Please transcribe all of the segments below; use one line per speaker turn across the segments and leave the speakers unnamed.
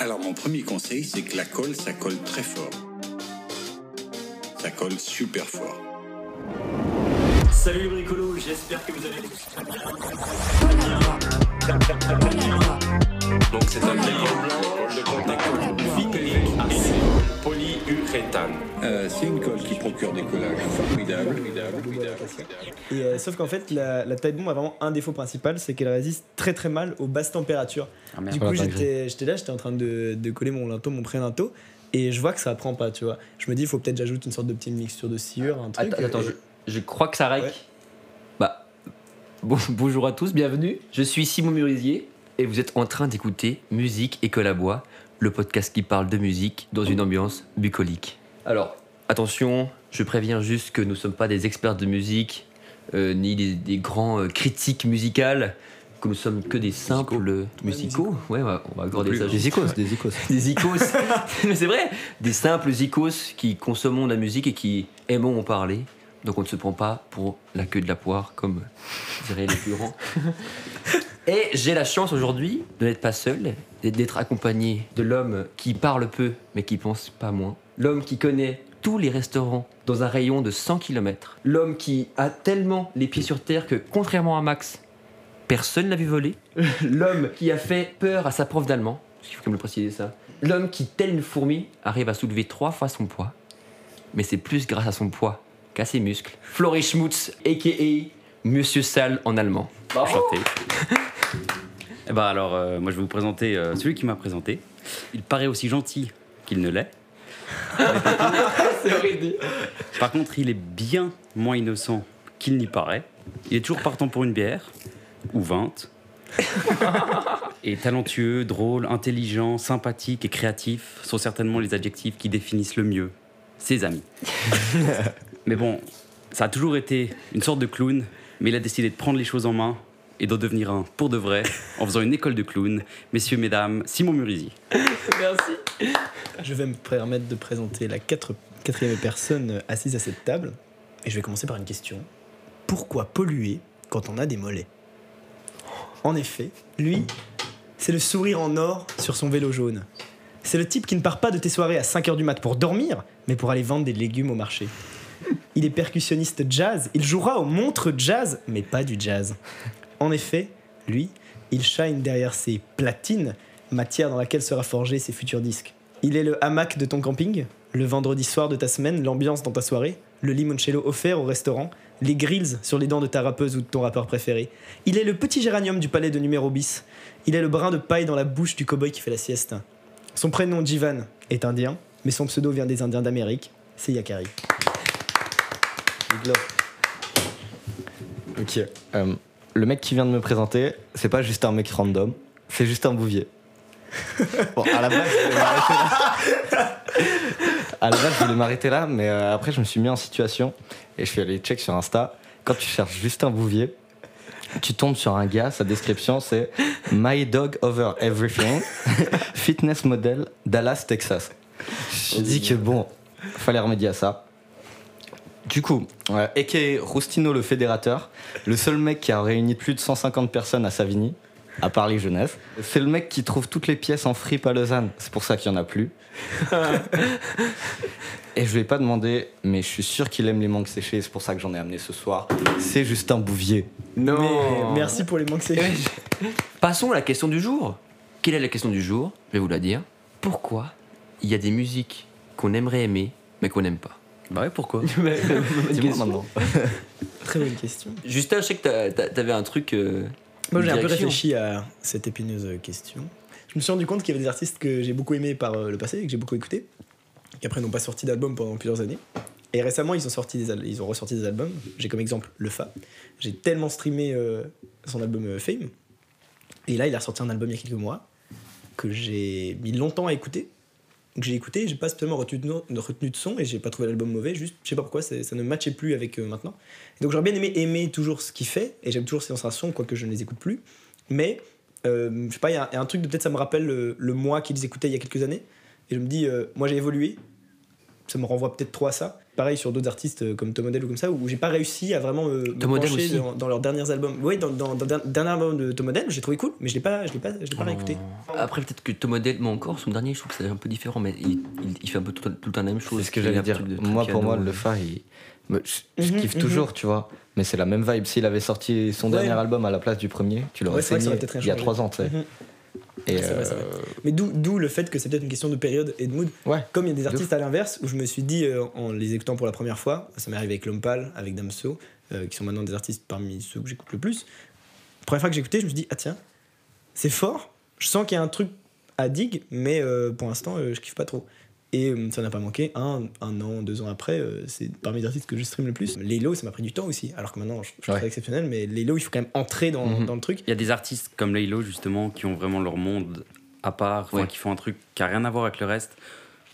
Alors mon premier conseil, c'est que la colle, ça colle très fort. Ça colle super fort.
Salut les bricolos, j'espère que vous allez
Donc c'est un glycol blanc de contenu vitelique acide polyuréthane.
Euh, c'est une colle qui procure des collages formidables.
Et, euh, sauf qu'en fait, la, la taille bombe a vraiment un défaut principal, c'est qu'elle résiste très très mal aux basses températures.
Ah, merde.
Du
Oh,
coup,
la dinguerie.
j'étais j'étais là, j'étais en train de, de coller mon linteau, mon pré-linteau, et je vois que ça prend pas, tu vois. Je me dis, il faut peut-être j'ajoute une sorte de petite mixture de sciure, un truc.
Attends, attends,
Et-
je, je crois que ça règle.
Ouais.
Bah, bon- bonjour à tous, bienvenue. Je suis Simon Murisier et vous êtes en train d'écouter Musique École à Bois, le podcast qui parle de musique dans une ambiance bucolique. Alors, attention, je préviens juste que nous ne sommes pas des experts de musique, euh, ni des, des grands euh, critiques musicales, que nous sommes que des simples musicaux. Ouais, on va- on va accorder ça.
Des icos, des icos.
des icos, mais c'est vrai, des simples icos qui consommons de la musique et qui aimons en parler. Donc on ne se prend pas pour la queue de la poire, comme diraient les plus grands. Et j'ai la chance aujourd'hui de n'être pas seul, d'être accompagné de l'homme qui parle peu, mais qui pense pas moins. L'homme qui connaît tous les restaurants dans un rayon de 100 km. L'homme qui a tellement les pieds sur terre que, contrairement à Max, personne l'a vu voler. L'homme qui a fait peur à sa prof d'allemand, parce qu'il faut quand même le préciser ça. L'homme qui, tel une fourmi, arrive à soulever trois fois son poids. Mais c'est plus grâce à son poids qu'à ses muscles. Floris Schmutz, a.k.a. Monsieur Sale en allemand.
Enchanté.
Eh ben alors, euh, moi je vais vous présenter euh, celui qui m'a présenté. Il paraît aussi gentil qu'il ne l'est.
C'est horrible.
Par contre, il est bien moins innocent qu'il n'y paraît. Il est toujours partant pour une bière, ou 20. et talentueux, drôle, intelligent, sympathique et créatif sont certainement les adjectifs qui définissent le mieux ses amis. mais bon, ça a toujours été une sorte de clown, mais il a décidé de prendre les choses en main et d'en devenir un pour de vrai en faisant une école de clown. Messieurs, mesdames, Simon Murisi.
Merci.
Je vais me permettre de présenter la quatre- quatrième personne euh, assise à cette table. Et je vais commencer par une question. Pourquoi polluer quand on a des mollets En effet, lui, c'est le sourire en or sur son vélo jaune. C'est le type qui ne part pas de tes soirées à 5h du mat pour dormir, mais pour aller vendre des légumes au marché. Il est percussionniste jazz, il jouera au montre jazz, mais pas du jazz. En effet, lui, il shine derrière ses platines, matière dans laquelle sera forgé ses futurs disques. Il est le hamac de ton camping, le vendredi soir de ta semaine, l'ambiance dans ta soirée, le limoncello offert au restaurant, les grills sur les dents de ta rappeuse ou de ton rappeur préféré. Il est le petit géranium du palais de numéro bis. Il est le brin de paille dans la bouche du cow-boy qui fait la sieste. Son prénom, Jivan, est indien, mais son pseudo vient des Indiens d'Amérique. C'est Yakari.
Ok. euh, le mec qui vient de me présenter, c'est pas juste un mec random, c'est juste un bouvier. Bon, à la base, je voulais m'arrêter là. À la base, je voulais m'arrêter là, mais euh, après, je me suis mis en situation et je suis allé check sur Insta. Quand tu cherches Justin Bouvier, tu tombes sur un gars, sa description c'est My dog over everything, fitness model, Dallas, Texas. Je dis que bon, fallait remédier à ça. Du coup, euh, a.k.a. Roustino le fédérateur, le seul mec qui a réuni plus de 150 personnes à Savigny, à part les Genève. C'est le mec qui trouve toutes les pièces en fripe à Lausanne, c'est pour ça qu'il n'y en a plus. Et je vais pas demander, mais je suis sûr qu'il aime les mangues séchées, c'est pour ça que j'en ai amené ce soir. C'est Justin Bouvier.
Non.
Mais merci pour les manques séchés.
Passons à la question du jour. Quelle est la question du jour Je vais vous la dire. Pourquoi il y a des musiques qu'on aimerait aimer, mais qu'on n'aime pas
Bah ouais, pourquoi
Dis-moi maintenant.
Très bonne question.
Justin, je sais que t'as- t'as- t'avais un truc. euh,
Moi, j'ai un peu
direction.
réfléchi à cette épineuse euh, question. Je me suis rendu compte qu'il y avait des artistes que j'ai beaucoup aimés par euh, le passé et que j'ai beaucoup écoutés, qui après n'ont pas sorti d'album pendant plusieurs années. Et récemment, ils ont, sorti des al- ils ont ressorti des albums. J'ai comme exemple Le Fa. J'ai tellement streamé euh, son album euh, Fame. Et là, il a ressorti un album il y a quelques mois que j'ai mis longtemps à écouter. Que j'ai écouté, j'ai pas spécialement retenu de, no- de retenu de son et j'ai pas trouvé l'album mauvais. Juste, je sais pas pourquoi, c'est- ça ne matchait plus avec euh, maintenant. Et donc j'aurais bien aimé aimer toujours ce qu'il fait et j'aime toujours ses sensations, quoique je ne les écoute plus. Mais, euh, je sais pas, il y, a il y a un truc de peut-être ça me rappelle le, le euh, moi qu'ils écoutaient il y a quelques années. Et je me dis, euh, moi j'ai évolué, ça me renvoie peut-être trop à ça. Pareil sur d'autres artistes euh, comme Tom Odell ou comme ça, où j'ai pas réussi à vraiment euh, me, me
Tom Odell
pencher
aussi.
dans, dans leurs derniers albums. Oui, dans, dans, dans- dans le dernier album de Tom Odell, j'ai trouvé cool, mais je l'ai pas, je l'ai pas, je
Ah.
l'ai pas réécouté.
Euh, Après, peut-être que Tom Odell, moi encore, son dernier, je trouve que c'est un peu différent, mais il, il- il fait un peu tout, tout le temps la même chose.
C'est ce que
Il a
j'allais
un
dire.
truc de très euh.
Moi, pour
piano.
moi, le phare, il... me- je, je
Mhm,
kiffe
mhm.
toujours, tu vois. Mais c'est la même vibe. S'il avait sorti son
Ouais.
dernier album à la place du premier, tu l'aurais
Ouais, c'est vrai que ça
saigné
aurait peut-être rien
il y a
changé.
trois ans, tu sais.
Mhm.
Et
C'est vrai, c'est vrai.
euh,
Mais d'où d'où le fait que c'est peut-être une question de période et de mood.
ouais,
Comme il y a des
ouf.
artistes à l'inverse, où je me suis dit, euh, en les écoutant pour la première fois, ça m'est arrivé avec Lompal, avec Damso, euh, qui sont maintenant des artistes parmi ceux que j'écoute le plus. La première fois que j'ai écouté, je me suis dit, ah tiens, c'est fort, je sens qu'il y a un truc à dig, mais euh, pour l'instant, euh, je kiffe pas trop. Et euh, ça n'a pas manqué, un, un an, deux ans après, euh, c'est parmi les artistes que je stream le plus. Lélo, ça m'a pris du temps aussi, alors que maintenant, je, je trouve
Ouais.
ça exceptionnel, mais Lélo, il faut quand même entrer dans,
Mhm.
dans le truc.
Il y a des artistes comme Laylo, justement, qui ont vraiment leur monde à part, enfin,
Ouais.
qui font un truc qui n'a rien à voir avec le reste.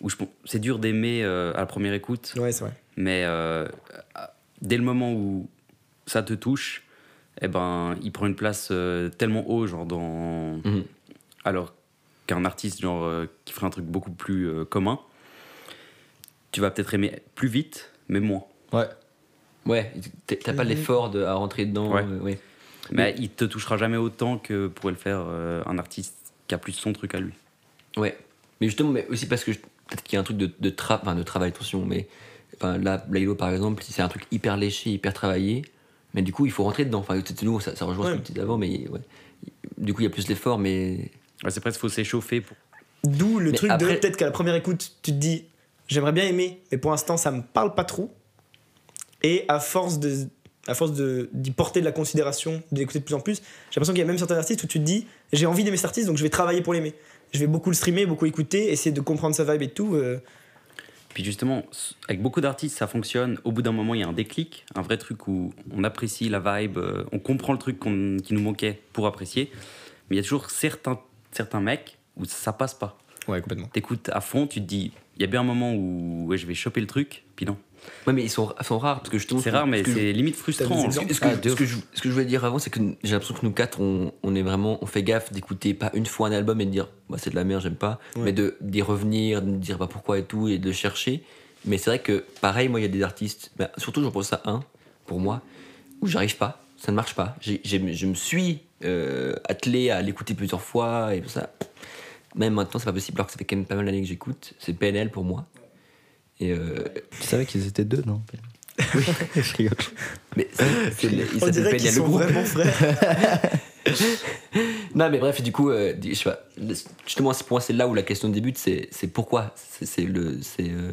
Où je pense- c'est dur d'aimer euh, à la première écoute,
Ouais, c'est vrai.
mais euh, dès le moment où ça te touche, eh ben, il prend une place euh, tellement haut, genre dans.
Mhm.
Alors qu'un artiste genre euh, qui ferait un truc beaucoup plus euh, commun, tu vas peut-être aimer plus vite, mais moins.
ouais.
Ouais, t'as- t'as pas
Mhm.
l'effort de- à rentrer dedans.
Ouais.
euh, ouais.
Mais il te touchera jamais autant que pourrait le faire euh, un artiste qui a plus son truc à lui.
Ouais. Mais justement, mais aussi parce que je- peut-être qu'il y a un truc de, de, tra- enfin, de travail, attention, mais enfin, là, Laylo par exemple, c'est un truc hyper léché, hyper travaillé, mais du coup, il faut rentrer dedans. Enfin, c'est nous, ça, ça rejoint ce
Ouais.
que tu disais avant, mais ouais. Du coup, il y a plus l'effort, mais.
Ouais, c'est presque faut s'échauffer. Pour...
D'où le
Mais
truc de
après-
peut-être qu'à la première écoute, tu te dis j'aimerais bien aimer, mais pour l'instant ça me parle pas trop. Et à force de à force de- d'y porter de la considération, de l'écouter de plus en plus, j'ai l'impression qu'il y a même certains artistes où tu te dis j'ai envie d'aimer cet artiste donc je vais travailler pour l'aimer. Je vais beaucoup le streamer, beaucoup écouter, essayer de comprendre sa vibe et tout. euh,
Puis justement, s- avec beaucoup d'artistes, ça fonctionne. Au bout d'un moment, il y a un déclic, un vrai truc où on apprécie la vibe, euh, on comprend le truc qu'on- qui nous manquait pour apprécier. Mais il y a toujours certains, certains mecs où ça passe pas.
Ouais, complètement.
T'écoutes à fond, tu te dis, il y a bien un moment où ouais, je vais choper le truc, puis non.
Ouais, mais ils sont, sont rares, parce que justement.
C'est rare, mais
ce que je-
c'est limite frustrant.
T'as des exemples
Ce que, ce, que je, ce que je voulais dire avant, c'est que j'ai l'impression que nous quatre, on, on est vraiment, on fait gaffe d'écouter pas une fois un album et de dire bah, c'est de la merde, j'aime pas,
Ouais.
mais de d'y revenir, de me dire bah, pourquoi et tout, et de chercher. Mais c'est vrai que pareil, moi, il y a des artistes, bah, surtout j'en pense à un, pour moi, où j'arrive pas, ça ne marche pas. J'ai- j'ai- je me suis euh, attelé à l'écouter plusieurs fois et tout ça. Même maintenant, c'est pas possible, alors que ça fait quand même pas mal d'années que j'écoute. C'est PNL pour moi. Et euh,
Tu savais qu'ils étaient deux, non Je rigole.
mais c'est- c'est le- il
On
s'appelle
dirait qu'ils
PNL le
sont
groupe.
vraiment frères.
Non, mais bref, du coup, euh, je sais pas, justement, c'est- pour moi, c'est là où la question débute, c'est c'est pourquoi C'est c'est le. c'est, euh,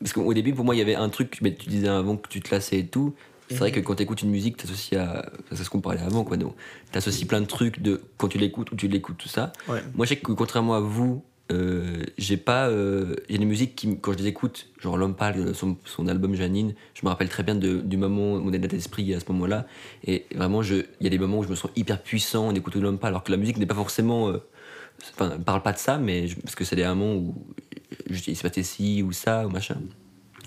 Parce qu'au début, pour moi, il y avait un truc, mais tu disais avant que tu te lassais et tout. C'est vrai que quand tu écoutes une musique, t'associes à. C'est ce qu'on parlait avant, quoi. donc, T'associes plein de trucs de quand tu l'écoutes ou tu l'écoutes, tout ça.
Ouais.
Moi, je sais que contrairement à vous, euh, j'ai pas. euh, j'ai des musiques qui, m- quand je les écoute, genre L'Homme Pâle, euh, son, son album Janine, je me rappelle très bien de- du moment où on est d'esprit à ce moment-là. Et vraiment, je- il y a des moments où je me sens hyper puissant en écoutant L'Homme Pâle, alors que la musique n'est pas forcément. euh, Enfin, elle parle pas de ça, mais je- parce que c'est des moments où je- il se passait ci ou ça, ou machin.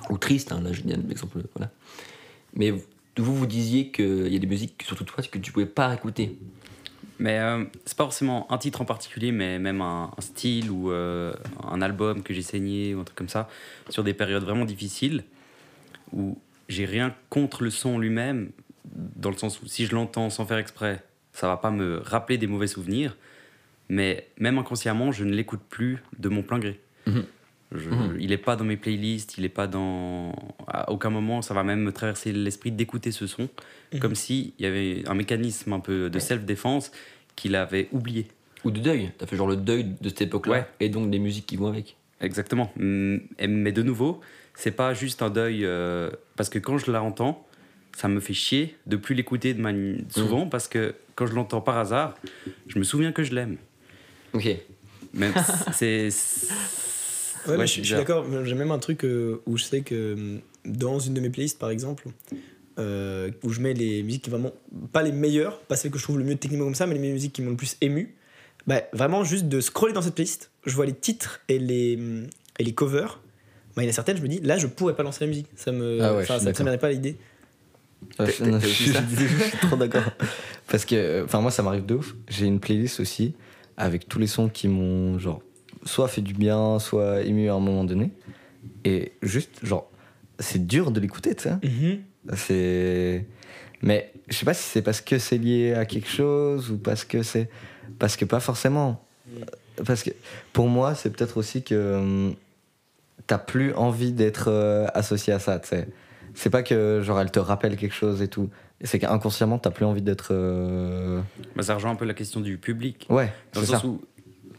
Ou triste, hein, là, je dis un exemple. Voilà. Mais vous, vous disiez qu'il y a des musiques, surtout toi, que tu pouvais pas écouter.
Mais euh, c'est pas forcément un titre en particulier, mais même un, un style ou euh, un album que j'ai saigné ou un truc comme ça, sur des périodes vraiment difficiles, où j'ai rien contre le son lui-même, dans le sens où si je l'entends sans faire exprès, ça va pas me rappeler des mauvais souvenirs, mais même inconsciemment, je ne l'écoute plus de mon plein gré.
Mhm.
Je-
Mhm.
Il est pas dans mes playlists, il est pas dans. À aucun moment, ça va même me traverser l'esprit d'écouter ce son,
Mhm.
comme s'il y avait un mécanisme un peu de self-défense qu'il avait oublié.
Ou de deuil. T'as fait genre le deuil de cette époque-là.
Ouais.
Et donc des musiques qui vont avec.
Exactement. Mm, et- Mais de nouveau, c'est pas juste un deuil. euh, parce que quand je la entends, ça me fait chier de plus l'écouter de mani-
Mm.
souvent parce que quand je l'entends par hasard, je me souviens que je l'aime.
Ok.
Même si c'est.
Ouais, mais je,
Ouais,
je suis
bizarre.
d'accord. J'ai même un truc euh, où je sais que hum, dans une de mes playlists, par exemple, euh, où je mets les musiques vraiment pas les meilleures, pas celles que je trouve le mieux techniquement comme ça, mais les musiques qui m'ont le plus ému, bah, vraiment juste de scroller dans cette playlist, je vois les titres et les, hum, et les covers. Bah, il y en a certaines, je me dis, là, je pourrais pas lancer la musique. Ça me,
Ah ouais,
enfin, ça me
je suis d'accord.
viendrait pas à l'idée.
Ah,
T'as-
je-
t'as-
non,
t'as
Je
aussi
je-
ça
je suis trop d'accord. Parce que, euh, enfin, moi, ça m'arrive de ouf. J'ai une playlist aussi avec tous les sons qui m'ont, genre, soit fait du bien, soit ému à un moment donné. Et juste, genre, c'est dur de l'écouter, tu sais. C'est. Mais je sais pas si c'est parce que c'est lié à quelque chose ou parce que c'est. Parce que pas forcément.
Mm.
Parce que pour moi, c'est peut-être aussi que hum, t'as plus envie d'être euh, associé à ça, tu sais. C'est pas que genre elle te rappelle quelque chose et tout. C'est qu'inconsciemment, t'as plus envie d'être. euh,
Bah, ça rejoint un peu la question du public.
Ouais,
Dans
c'est
le
ça.
sens où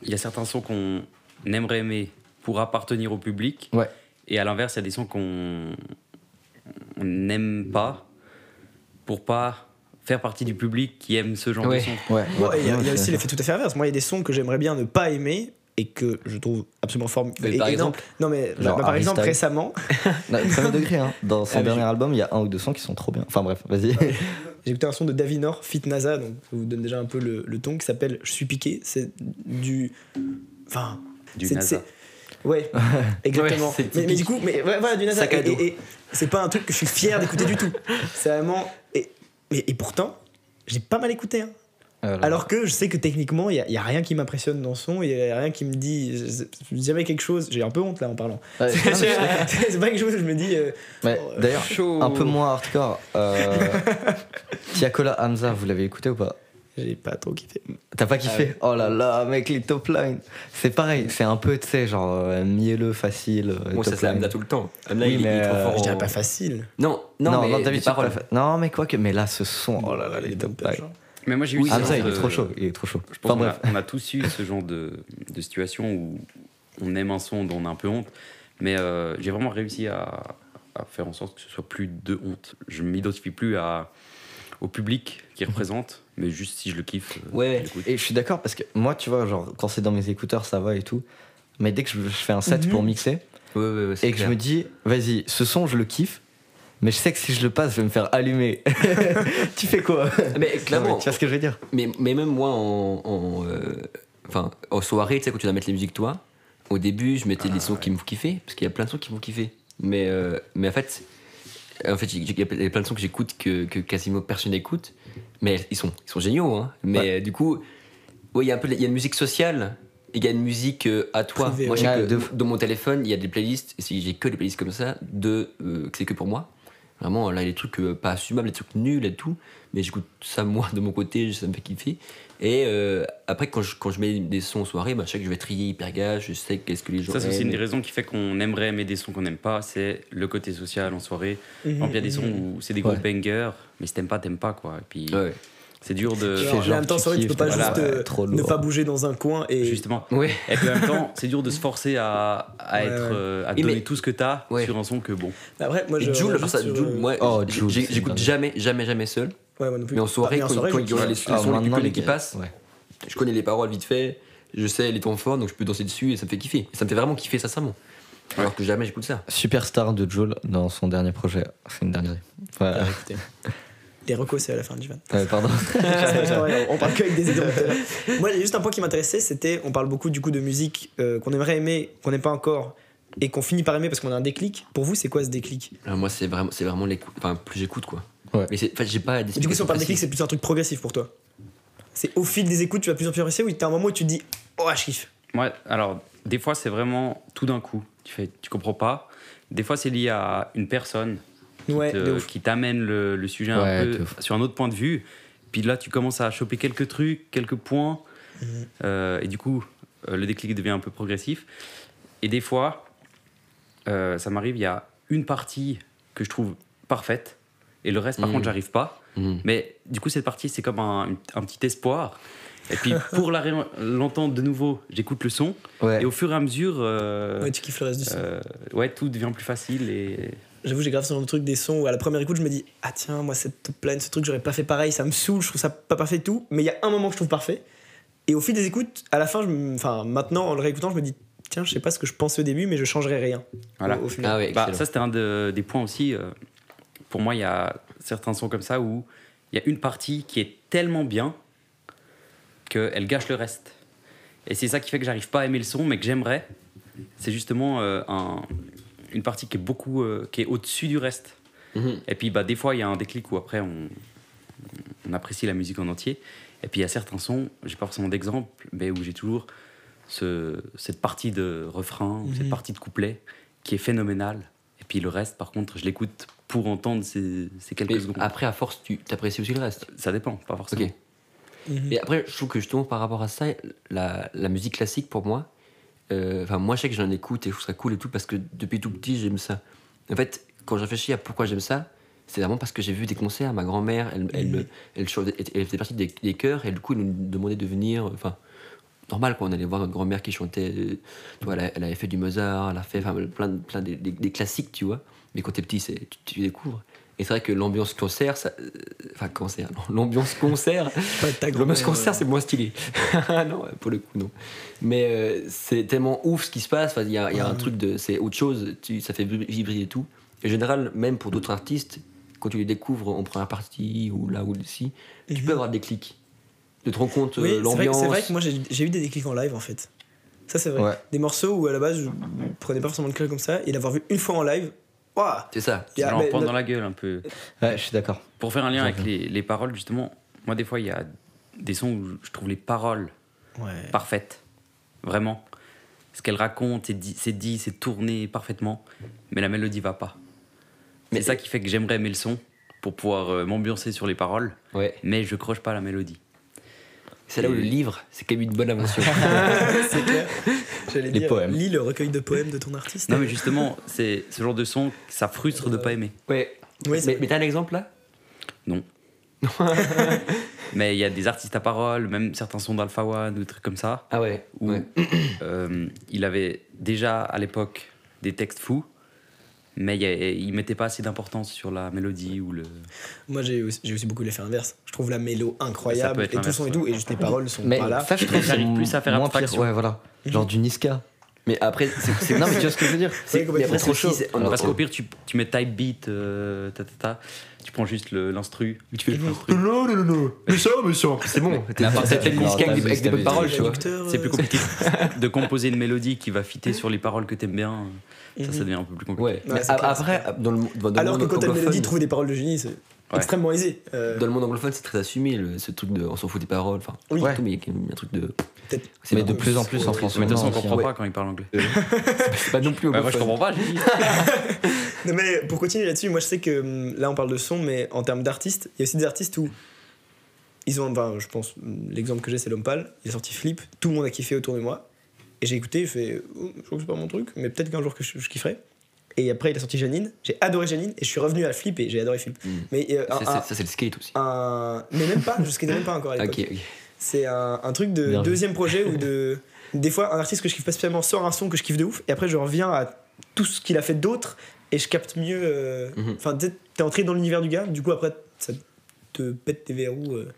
il y a certains sons qu'on aimerait aimer pour appartenir au public.
Ouais.
Et à l'inverse, il y a des sons qu'on on n'aime pas pour pas faire partie du public qui aime ce genre
Ouais.
de son.
Ouais,
Bon,
ouais,
et Il y, a-
ouais,
il y a
c'est-
aussi l'effet tout à fait inverse. Moi, il y a des sons que j'aimerais bien ne pas aimer et que je trouve absolument
Mais
formidables.
par
Et- et non-
exemple
Non, mais bah,
Genre
bah, par
Harry
exemple,
Styles.
récemment,
Non, premier degré, hein. Dans
Ah,
son
mais
dernier
je-
album, il y a un ou deux sons qui sont trop bien. Enfin bref, vas-y.
j'ai écouté un son de Davinor, Fit NASA, donc ça vous donne déjà un peu le, le ton, qui s'appelle Je suis piqué. C'est du. Enfin.
Du
c'est-
NASA.
c'est- Ouais, exactement.
Ouais, c'est
mais, mais du
typique.
coup, mais, ouais, voilà, du NASA.
Sac à
Et,
dos.
et- et c'est pas un truc que je suis fier d'écouter du tout. C'est vraiment. Et, mais- et pourtant, j'ai pas mal écouté. hein. Alors que je sais que techniquement, il n'y a, rien qui m'impressionne dans le son, il n'y a rien qui me dit. je- je- Jamais quelque chose. J'ai un peu honte là en parlant.
Ouais.
C'est c'est pas quelque chose que je me dis. euh,
Ouais,
Oh,
D'ailleurs,
chaud.
un peu moins hardcore. Euh... Tiakola Hamza, vous l'avez écouté ou pas
j'ai pas trop kiffé.
T'as pas kiffé Oh là là, mec, les top lines. C'est pareil, c'est un peu, tu sais, genre euh, mielleux, facile. euh,
Bon, ça,
top
c'est
line.
Hamza tout le temps. Hamza,
Oui,
il, il est
mais,
trop
euh,
fort.
Bah, Je
en-
dirais pas facile.
Non, non,
Non, non,
mais les
d'habitude,
paroles.
pas fa- non, mais quoi que, mais là, ce son, oh là là, les top
Dompers,
lines.
genre.
Mais moi, j'ai eu
Oui, euh,
ce genre
Hamza, il est
de-
trop chaud, il est trop chaud.
Je pense
Enfin
qu'on a-
bref,
on, a, tous eu ce genre de, de situation où on aime un son dont on a un peu honte. Mais euh, j'ai vraiment réussi à, à faire en sorte que ce soit plus de honte. Je m'identifie plus à, au public qui représente, mais juste si je le kiffe. euh,
Ouais.
je l'écoute.
et je suis d'accord parce que moi, tu vois, genre, quand c'est dans mes écouteurs, ça va et tout. Mais dès que je je fais un set pour mixer,
Ouais, ouais, ouais, c'est
et que je me
clair.
dis, vas-y, ce son, je le kiffe, mais je sais que si je le passe, je vais me faire allumer. tu fais quoi
Ah, Mais
Non, mais
clairement,
Tu vois ce que je veux dire
Mais, mais même moi, en, en, euh, enfin, en soirée, tu sais, quand tu vas mettre les musiques, toi, au début, je mettais des sons qui me font kiffer, parce qu'il y a plein de sons qui me font kiffer. Mais, euh, mais en fait, en fait, j'ai- j'ai- il y a plein de sons que j'écoute que, que quasiment personne n'écoute, mais ils sont, ils sont géniaux. hein. Mais euh, du coup, ouais, il y a un peu, il y a une musique sociale. et Il y a une musique euh, à toi.
Privée,
Moi, je sais
ouais.
que
Ouais, de fou.
dans mon téléphone, il y a des playlists. et si J'ai que des playlists comme ça, de euh, que c'est que pour moi. Vraiment, là, il y a des trucs euh, pas assumables, des trucs nuls et tout. Mais j'écoute ça, moi, de mon côté, ça me fait kiffer. Et euh, après, quand je, quand je mets des sons en soirée, bah, je sais que je vais trier hyper gage, je sais qu'est-ce que les gens.
Ça, c'est aussi
aiment.
une des raisons qui fait qu'on aimerait aimer des sons qu'on n'aime pas. C'est le côté social en soirée. Par
Mhm.
exemple, Il
Mm.
y a des sons où c'est des gros
Ouais.
bangers, mais si t'aimes pas, t'aimes pas. quoi. Et puis,
Ouais.
c'est dur
Tu
de.
vois,
fais
mais Euh, en
genre,
même temps,
tu
c'est vrai que tu peux
kiffes,
pas
voilà,
juste
ouais,
euh,
trop
ne
lourd.
pas bouger dans un coin et.
Justement.
Ouais.
Et puis en même temps, c'est dur de se forcer à, à
Ouais,
être,
ouais.
euh, à
Et
donner
mais-
tout ce que t'as
Ouais.
sur un son que bon.
Après, Bah moi, je.
Et Joule,
reviens
genre ça,
juste sur,
Joule,
euh,
moi,
Oh,
j'ai-
Joule,
j'ai-
c'est
j'écoute
dingue.
jamais, jamais, jamais seul.
Ouais, moi non plus.
Mais en soirée,
Ah,
quand,
soirée,
quand
je
il y aura les,
kiffe.
les sons que tu
maintenant,
connais
les
qui
gars,
passent,
ouais.
je connais les paroles vite fait, je sais les temps forts, donc je peux danser dessus et ça me fait kiffer. Ça me fait vraiment kiffer, sincèrement. Alors que jamais j'écoute ça.
Superstar de Joel dans son dernier projet. C'est une dernière. Voilà.
Ah, écoutez. Les recos, c'est à la fin du van.
Euh, pardon.
on parle que avec des idées. Moi, il y a juste un point qui m'intéressait, c'était on parle beaucoup du coup de musique euh, qu'on aimerait aimer, qu'on n'aime pas encore, et qu'on finit par aimer parce qu'on a un déclic. Pour vous, c'est quoi ce déclic
Alors Euh, moi, c'est vraiment, c'est vraiment l'écoute. Enfin, plus j'écoute, quoi.
Ouais.
Mais c'est- enfin, j'ai pas
Et Du coup, si on parle de déclic,
d'explication
c'est plutôt un truc progressif pour toi. C'est au fil des écoutes, tu vas de plus en plus progresser, ou t'as un moment où tu te dis Oh, je kiffe.
Ouais, alors des fois c'est vraiment tout d'un coup. Tu fais, tu comprends pas. Des fois c'est lié à une personne
Ouais,
te-
de ouf.
euh, qui t'amène le, le sujet un
Ouais, de
peu
ouf.
sur un autre point de vue. Puis là tu commences à choper quelques trucs, quelques points,
Mhm.
Euh, et du coup euh, le déclic devient un peu progressif. Et des fois euh, ça m'arrive, il y a une partie que je trouve parfaite, et le reste par
Mhm.
contre j'arrive pas.
Mhm.
Mais du coup cette partie c'est comme un, un petit espoir. Et puis pour la ré- l'entendre de nouveau, j'écoute le son.
Ouais.
Et au fur et à mesure, euh, euh,
Ouais,
ouais,
tu kiffes le reste du son.
tout devient plus facile et
J'avoue, j'ai grave sur le truc des sons où à la première écoute, je me dis Ah tiens, moi, cette top line, ce truc, j'aurais pas fait pareil, ça me saoule, je trouve ça pas parfait et tout. Mais il y a un moment que je trouve parfait. Et au fil des écoutes, à la fin, je me- enfin, maintenant, en le réécoutant, je me dis Tiens, je sais pas ce que je pensais au début, mais je changerai rien.
voilà.
Au, au final.
Ah ouais,
Bah,
excellent.
ça c'était un de- des points aussi. euh, pour moi, il y a certains sons comme ça où il y a une partie qui est tellement bien qu'elle gâche le reste. Et c'est ça qui fait que j'arrive pas à aimer le son, mais que j'aimerais. C'est justement euh, un- une partie qui est beaucoup, euh, qui est au-dessus du reste.
Mhm.
Et puis bah, des fois, il y a un déclic où après, on, on apprécie la musique en entier. Et puis il y a certains sons, j'ai pas forcément d'exemple, mais où j'ai toujours ce- cette partie de refrain, ou cette
Mhm.
partie de couplet qui est phénoménale. Et Puis le reste, par contre, je l'écoute pour entendre ces, ces quelques
Mais
secondes.
après, à force, tu apprécies aussi le reste.
Ça dépend, pas forcément.
Ok. Et après, je trouve que justement, par rapport à ça, la, la musique classique, pour moi, euh, enfin, moi, je sais que j'en écoute et je trouve ça cool et tout, parce que depuis tout petit, j'aime ça. En fait, quand je réfléchis à pourquoi j'aime ça, c'est vraiment parce que j'ai vu des concerts. Ma grand-mère, elle, elle, me- elle, chantait- elle, faisait partie des, des chœurs et du coup, elle nous demandait de venir. Enfin, normal, quoi. On allait voir notre grand-mère qui chantait. euh, tu vois, elle, a- elle avait fait du Mozart, elle a fait enfin, plein, de- plein des, des- des classiques, tu vois. Mais quand t'es petit, c'est- tu, tu découvres. Et c'est vrai que l'ambiance concert, ça- euh, enfin, concert, non, l'ambiance concert,
Pas ta
Ah le
grand-mère,
masque cancer,
euh,
c'est moins stylé. non, pour le coup, non. Mais euh, c'est tellement ouf ce qui se passe. Enfin, Il y a, il y a un truc de. C'est autre chose. Tu, ça fait vibrer et tout. Et en général, même pour d'autres artistes, quand tu les découvres en première partie ou là ou ici, tu peux avoir des clics. Tu te rends compte euh,
Oui, c'est vrai que-
l'ambiance.
c'est vrai que moi j'ai j'ai eu des déclics en live en fait. Ça c'est vrai.
Ouais.
Des morceaux où à la base je prenais pas forcément de clair comme ça et l'avoir vu une fois en live, waouh
C'est ça.
Il y a-
Je
Ah, mais
l'en prends
notre-
dans la gueule un peu.
Ouais, je suis d'accord.
Pour faire un lien avec les, les paroles, justement, moi, des fois, il y a des sons où je trouve les paroles
Ouais.
parfaites. Vraiment. Ce qu'elle raconte, c'est dit, c'est dit, c'est tourné parfaitement, mais la mélodie va pas.
Mais-
C'est ça qui fait que j'aimerais aimer le son pour pouvoir euh, m'ambiancer sur les paroles,
Ouais.
mais je croche pas la mélodie.
C'est là où le livre, c'est quand même une bonne invention.
C'est clair. J'allais
Les
dire,
poèmes.
lis le recueil de poèmes de ton artiste.
Non, mais justement, c'est ce genre de son, ça frustre de pas aimer.
ouais.
Ouais, c'est
mais mais t'as un exemple là
Non. mais il y a des artistes à parole, même certains sons d'Alpha One ou des trucs comme ça,
Ah ouais.
où
ouais.
euh, il avait déjà à l'époque des textes fous, mais il y a- il mettait pas assez d'importance sur la mélodie ou le.
Moi j'ai aussi, j'ai aussi beaucoup l'effet inverse. Je trouve la mélo incroyable
peut
et
être
tout son et
l'inverse,
tout et juste les paroles sont
Mais
pas là.
ça, je trouve que
J'arrive
c'est
plus à faire
moins
abstraction.
pire. Ouais, voilà. Genre du Niska.
Mais après, c'est. c'est-
Non, mais tu vois ce que je veux dire
c'est-
complètement
mais après,
trop
c'est aussi,
chaud.
c'est- on-
Parce
on-
qu'au pire, tu, tu mets type beat, euh, ta, ta, ta, tu prends juste le- l'instru, ou tu fais juste l'instru.
Non, non, non, non. Mais ça, mais ça. C'est bon. T'es
à part
t'as
ça,
fait
tu
le disque
prends
avec
ta
des- avec des
musique,
bonnes
ta
paroles, tu vois.
Réducteur,
C'est plus
euh,
compliqué de composer une mélodie qui va fitter sur les paroles que t'aimes bien. Ça, ça devient un peu plus compliqué.
Ouais.
Ouais, Bah,
Mais
c'est
a-
clair,
après, dans le, dans le
Alors que
monde
quand t'as une mélodie,
anglophone,
trouver des paroles de génie, c'est extrêmement aisé. Euh,
dans le monde anglophone, c'est très assumé le- ce truc de on s'en fout des paroles. Enfin,
Oui.
surtout, mais il y a quand même un truc de.
peut-être-
C'est
Mais
pas-
de plus en plus en France
Mais de toute façon, on
maintenant.
comprend
aussi, hein.
pas quand il parle anglais.
C'est pas non plus
Bah, moi, je
anglophone.
comprends pas, j'ai dit.
Non mais pour continuer là-dessus, moi je sais que hum, là on parle de son, mais en termes d'artistes, il y a aussi des artistes où ils ont, ben, je pense, hum, l'exemple que j'ai c'est L'Homme Pâle, il a sorti Flip, tout le monde a kiffé autour de moi, et j'ai écouté, j'ai fait, Oh, je trouve que c'est pas mon truc, mais peut-être qu'un jour que je, je kifferai. Et après il a sorti Janine, j'ai adoré Janine, et je suis revenu à Flip et j'ai adoré Flip. Mais euh,
Mmh. C'est-
un,
c'est- Ça, c'est le skate aussi.
un- un- mais même pas, je skatais même pas encore à l'époque.
Ok, ok.
C'est un, un truc de
Bien joué.
deuxième projet ou de. Des fois, un artiste que je kiffe pas spécialement sort un son que je kiffe de ouf, et après je reviens à tout ce qu'il a fait d'autre, et je capte mieux. euh,
Mhm.
Enfin, tu sais, t'es entré dans l'univers du gars, du coup après ça te pète tes verrous. euh.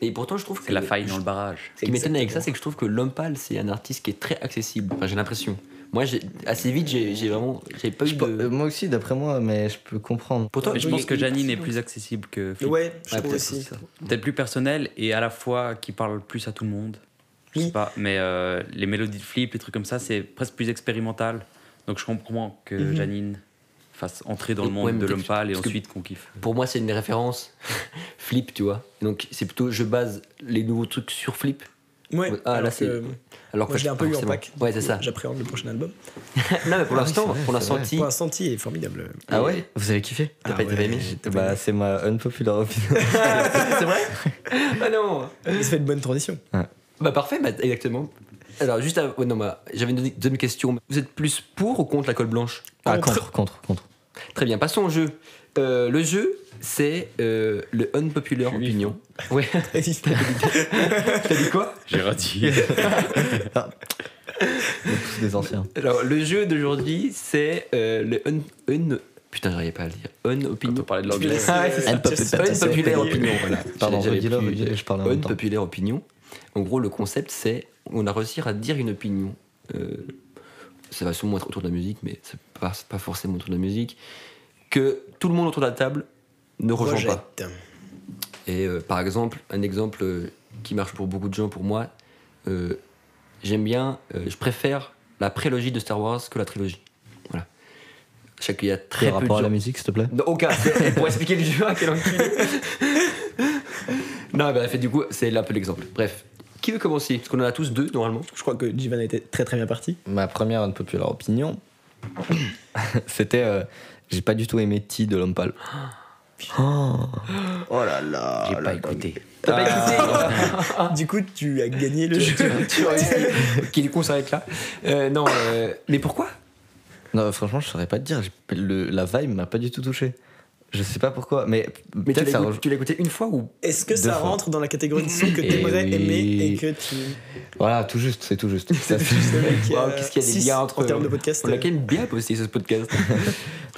Et pourtant, je trouve que.
C'est la faille dans le barrage.
Ce qui m'étonne avec ça,
Exactement.
c'est que je trouve que l'homme pâle, c'est un artiste qui est très accessible. Enfin, j'ai l'impression. Moi, j'ai- assez vite, j'ai j'ai vraiment. J'avais pas eu
Je peux- euh,
de.
Moi aussi, d'après moi, mais je peux comprendre.
Pourtant,
Mais je
il-
pense que
il-
Janine est plus accessible que Flip.
Ouais, je
Ouais,
trouve
peut-être
aussi.
ça.
Peut-être plus personnel et à la fois qui parle plus à tout le monde. Je
Oui.
sais pas, mais euh, les mélodies de Flip, les trucs comme ça, c'est presque plus expérimental. Donc je comprends que
Mhm.
Janine fasse entrer dans
Et
le monde
ouais, mais
de
peut-être
l'homme pâle et
parce que-
ensuite qu'on kiffe.
Pour moi, c'est une référence flip, tu vois. Donc, c'est plutôt je base les nouveaux trucs sur flip.
Ouais,
Ah, là,
alors
c'est-
que
Alors
moi
que
je l'ai un peu eu en
forcément.
pack.
Ouais, c'est ça.
J'appréhende le prochain album.
Non, mais pour
Ah oui,
l'instant,
c'est vrai,
pour
c'est
l'instant,
vrai.
ti-
Pour l'instant, il est formidable.
Ah ouais Vous avez kiffé
Ah
pas- t'as pas
ouais,
aimé
j'ai pas
Bah,
aimé.
c'est ma unpopular opinion.
Ah non
Il se fait une bonne transition.
Bah parfait, bah, exactement. Alors juste, à- ouais, non, bah, j'avais une deuxième question. Vous êtes plus pour ou contre la colle blanche
Ah, contre, contre, contre.
Très bien, passons au jeu. Euh, le jeu, c'est euh, le unpopular opinion. Ouais.
Très vif.
T'as dit quoi
J'ai redit.
On est tous des anciens.
Alors le jeu d'aujourd'hui, c'est euh, le un, un- putain, j'arrievais pas à le dire. Un
Quand on
opinion.
parlait de
Tu
l'anglais.
laisses,
Ah ouais,
euh,
c'est
tu
ça.
laisses-
Une populaire opinion, voilà.
Pardon,
J'avais
redis-le,
plus-
redis-le, je parle en
euh, Une
même temps.
populaire opinion. En gros, le concept, c'est on a réussi à dire une opinion. Euh, ça va sûrement être autour de la musique, mais c'est pas, c'est pas forcément autour de la musique. Que tout le monde autour de la table ne rejoint pas.
Rejette.
Et euh, par exemple, un exemple euh, qui marche pour beaucoup de gens, pour moi, euh, j'aime bien, euh, je préfère la prélogie de Star Wars que la trilogie. Voilà. Je sais qu'il y a très
Quel
peu de
rapport à
gens
la musique, s'il te plaît
non, aucun. C'est pour expliquer le jeu hein, à quel enculé. non, bah, fait, du coup, c'est là un peu l'exemple. Bref. Qui veut commencer Parce qu'on en a tous deux, normalement.
Je crois que Jivan était très très bien parti.
Ma première unpopular opinion, C'était. euh, j'ai pas du tout aimé T de l'homme pâle. Oh. Oh là là.
J'ai
là
pas
là.
écouté.
T'as pas écouté
Du coup, tu as gagné Ah. le jeu.
Qui du coup s'arrête là Euh, Non, euh, mais pourquoi
Non, franchement, je saurais pas te dire. J'ai- le- la vibe m'a pas du tout touché. Je sais pas pourquoi, mais,
Mais tu l'as
peut-être ça.
goûté- tu l'as goûté une fois ou
Est-ce que
Deux
ça
fois.
rentre dans la catégorie de son que
Eh
t'aimerais
oui.
aimer et que tu.
re- Voilà, tout juste, c'est tout juste. Ça, c'est-
C'est vrai que,
Waouh,
euh,
Qu'est-ce qu'il y a des
six,
liens entre
En termes de podcast.
On
euh,
l'a quand même bien posté ce podcast.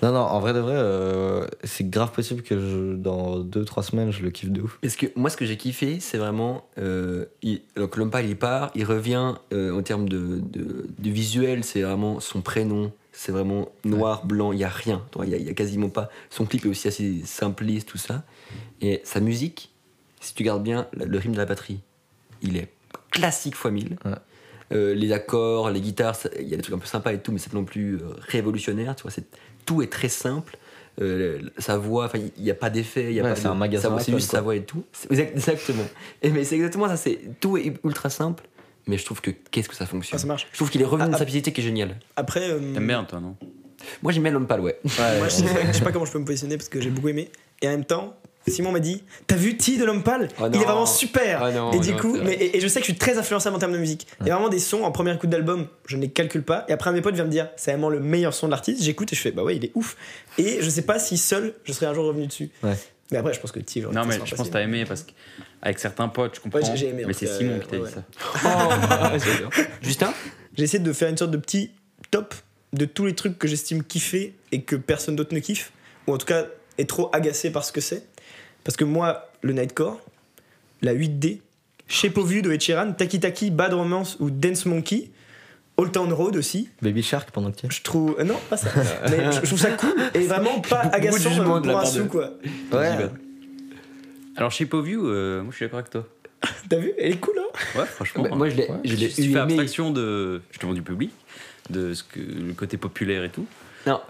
non, non, en vrai de vrai, euh, c'est grave possible que je- dans 2-3 semaines, je le kiffe de ouf.
Parce que moi, ce que j'ai kiffé, c'est vraiment. euh, il- donc, Lompa, il part, il revient euh, en termes de, de- de visuel, c'est vraiment son prénom, c'est vraiment noir, blanc, il n'y a rien. Tu vois, Il n'y a, quasiment pas. Son clip est aussi assez simpliste, tout ça. Et sa musique, si tu gardes bien le, le rythme de la batterie, il est classique x 1000.
Ouais.
Euh, les accords, les guitares, ça- il y a des trucs un peu sympas et tout, mais c'est pas non plus euh, révolutionnaire. Tu vois, c'est- tout est très simple. Euh, sa voix, enfin, il n'y a pas d'effet, il y a
Ouais,
pas
c'est
de-
un magasin
sa voix, C'est
Apple,
juste
quoi.
sa voix et tout. C'est- exact- Exactement. Et mais c'est exactement ça. C'est tout est ultra simple, mais je trouve que qu'est-ce que ça fonctionne.
Ah, ça marche.
Je trouve qu'il est revenu
Ah,
à une
ah.
simplicité qui est géniale.
Après, euh,
T'aimes bien, toi, non
Moi j'aimais l'homme pâle, ouais.
euh,
moi, je sais, pas, je sais pas comment je peux me positionner parce que j'ai beaucoup aimé. Et en même temps, Simon m'a dit T'as vu T de l'homme pâle
Oh
Il est
non.
vraiment super
Ah non,
Et du
non,
coup,
c'est
mais,
vrai.
et, et je sais que je suis très influençable en termes de musique. Il y a vraiment des sons en premier écoute d'album, je ne les calcule pas. Et après, un de mes potes vient me dire C'est vraiment le meilleur son de l'artiste. J'écoute et je fais Bah ouais, il est ouf. Et je sais pas si seul, je serais un jour revenu dessus.
Ouais.
Mais après, je pense que T, j'aurais
Non,
été
mais
sans
je pense que
passer.
t'as aimé parce que avec certains potes, je comprends.
Ouais, j'ai- j'ai aimé, en
mais
tout
c'est
cas,
Simon qui t'a
ouais,
dit ça.
J'adore. Justin
J'ai essayé de faire une sorte de petit top de tous les trucs que j'estime kiffer et que personne d'autre ne kiffe, ou en tout cas est trop agacé par ce que c'est. Parce que moi, le Nightcore, la 8D, Shape of You de Ed Sheeran, Taki Taki, Bad Romance ou Dance Monkey, Old Town Road aussi,
Baby Shark pendant que tu
je trouve. euh, non, pas ça. Mais je je trouve ça cool et vraiment pas
Beaucoup de
agaçant
jugement
euh,
de la
pour un
part de-
sou, quoi.
Ouais.
Alors, chez Poview, euh, moi, je suis d'accord avec toi.
T'as vu Elle est cool, hein
Ouais, franchement.
Bah, moi, je l'ai- je l'ai
Si tu
eu
fais
aimé.
abstraction de justement du public, de ce que le côté populaire et tout.
Non.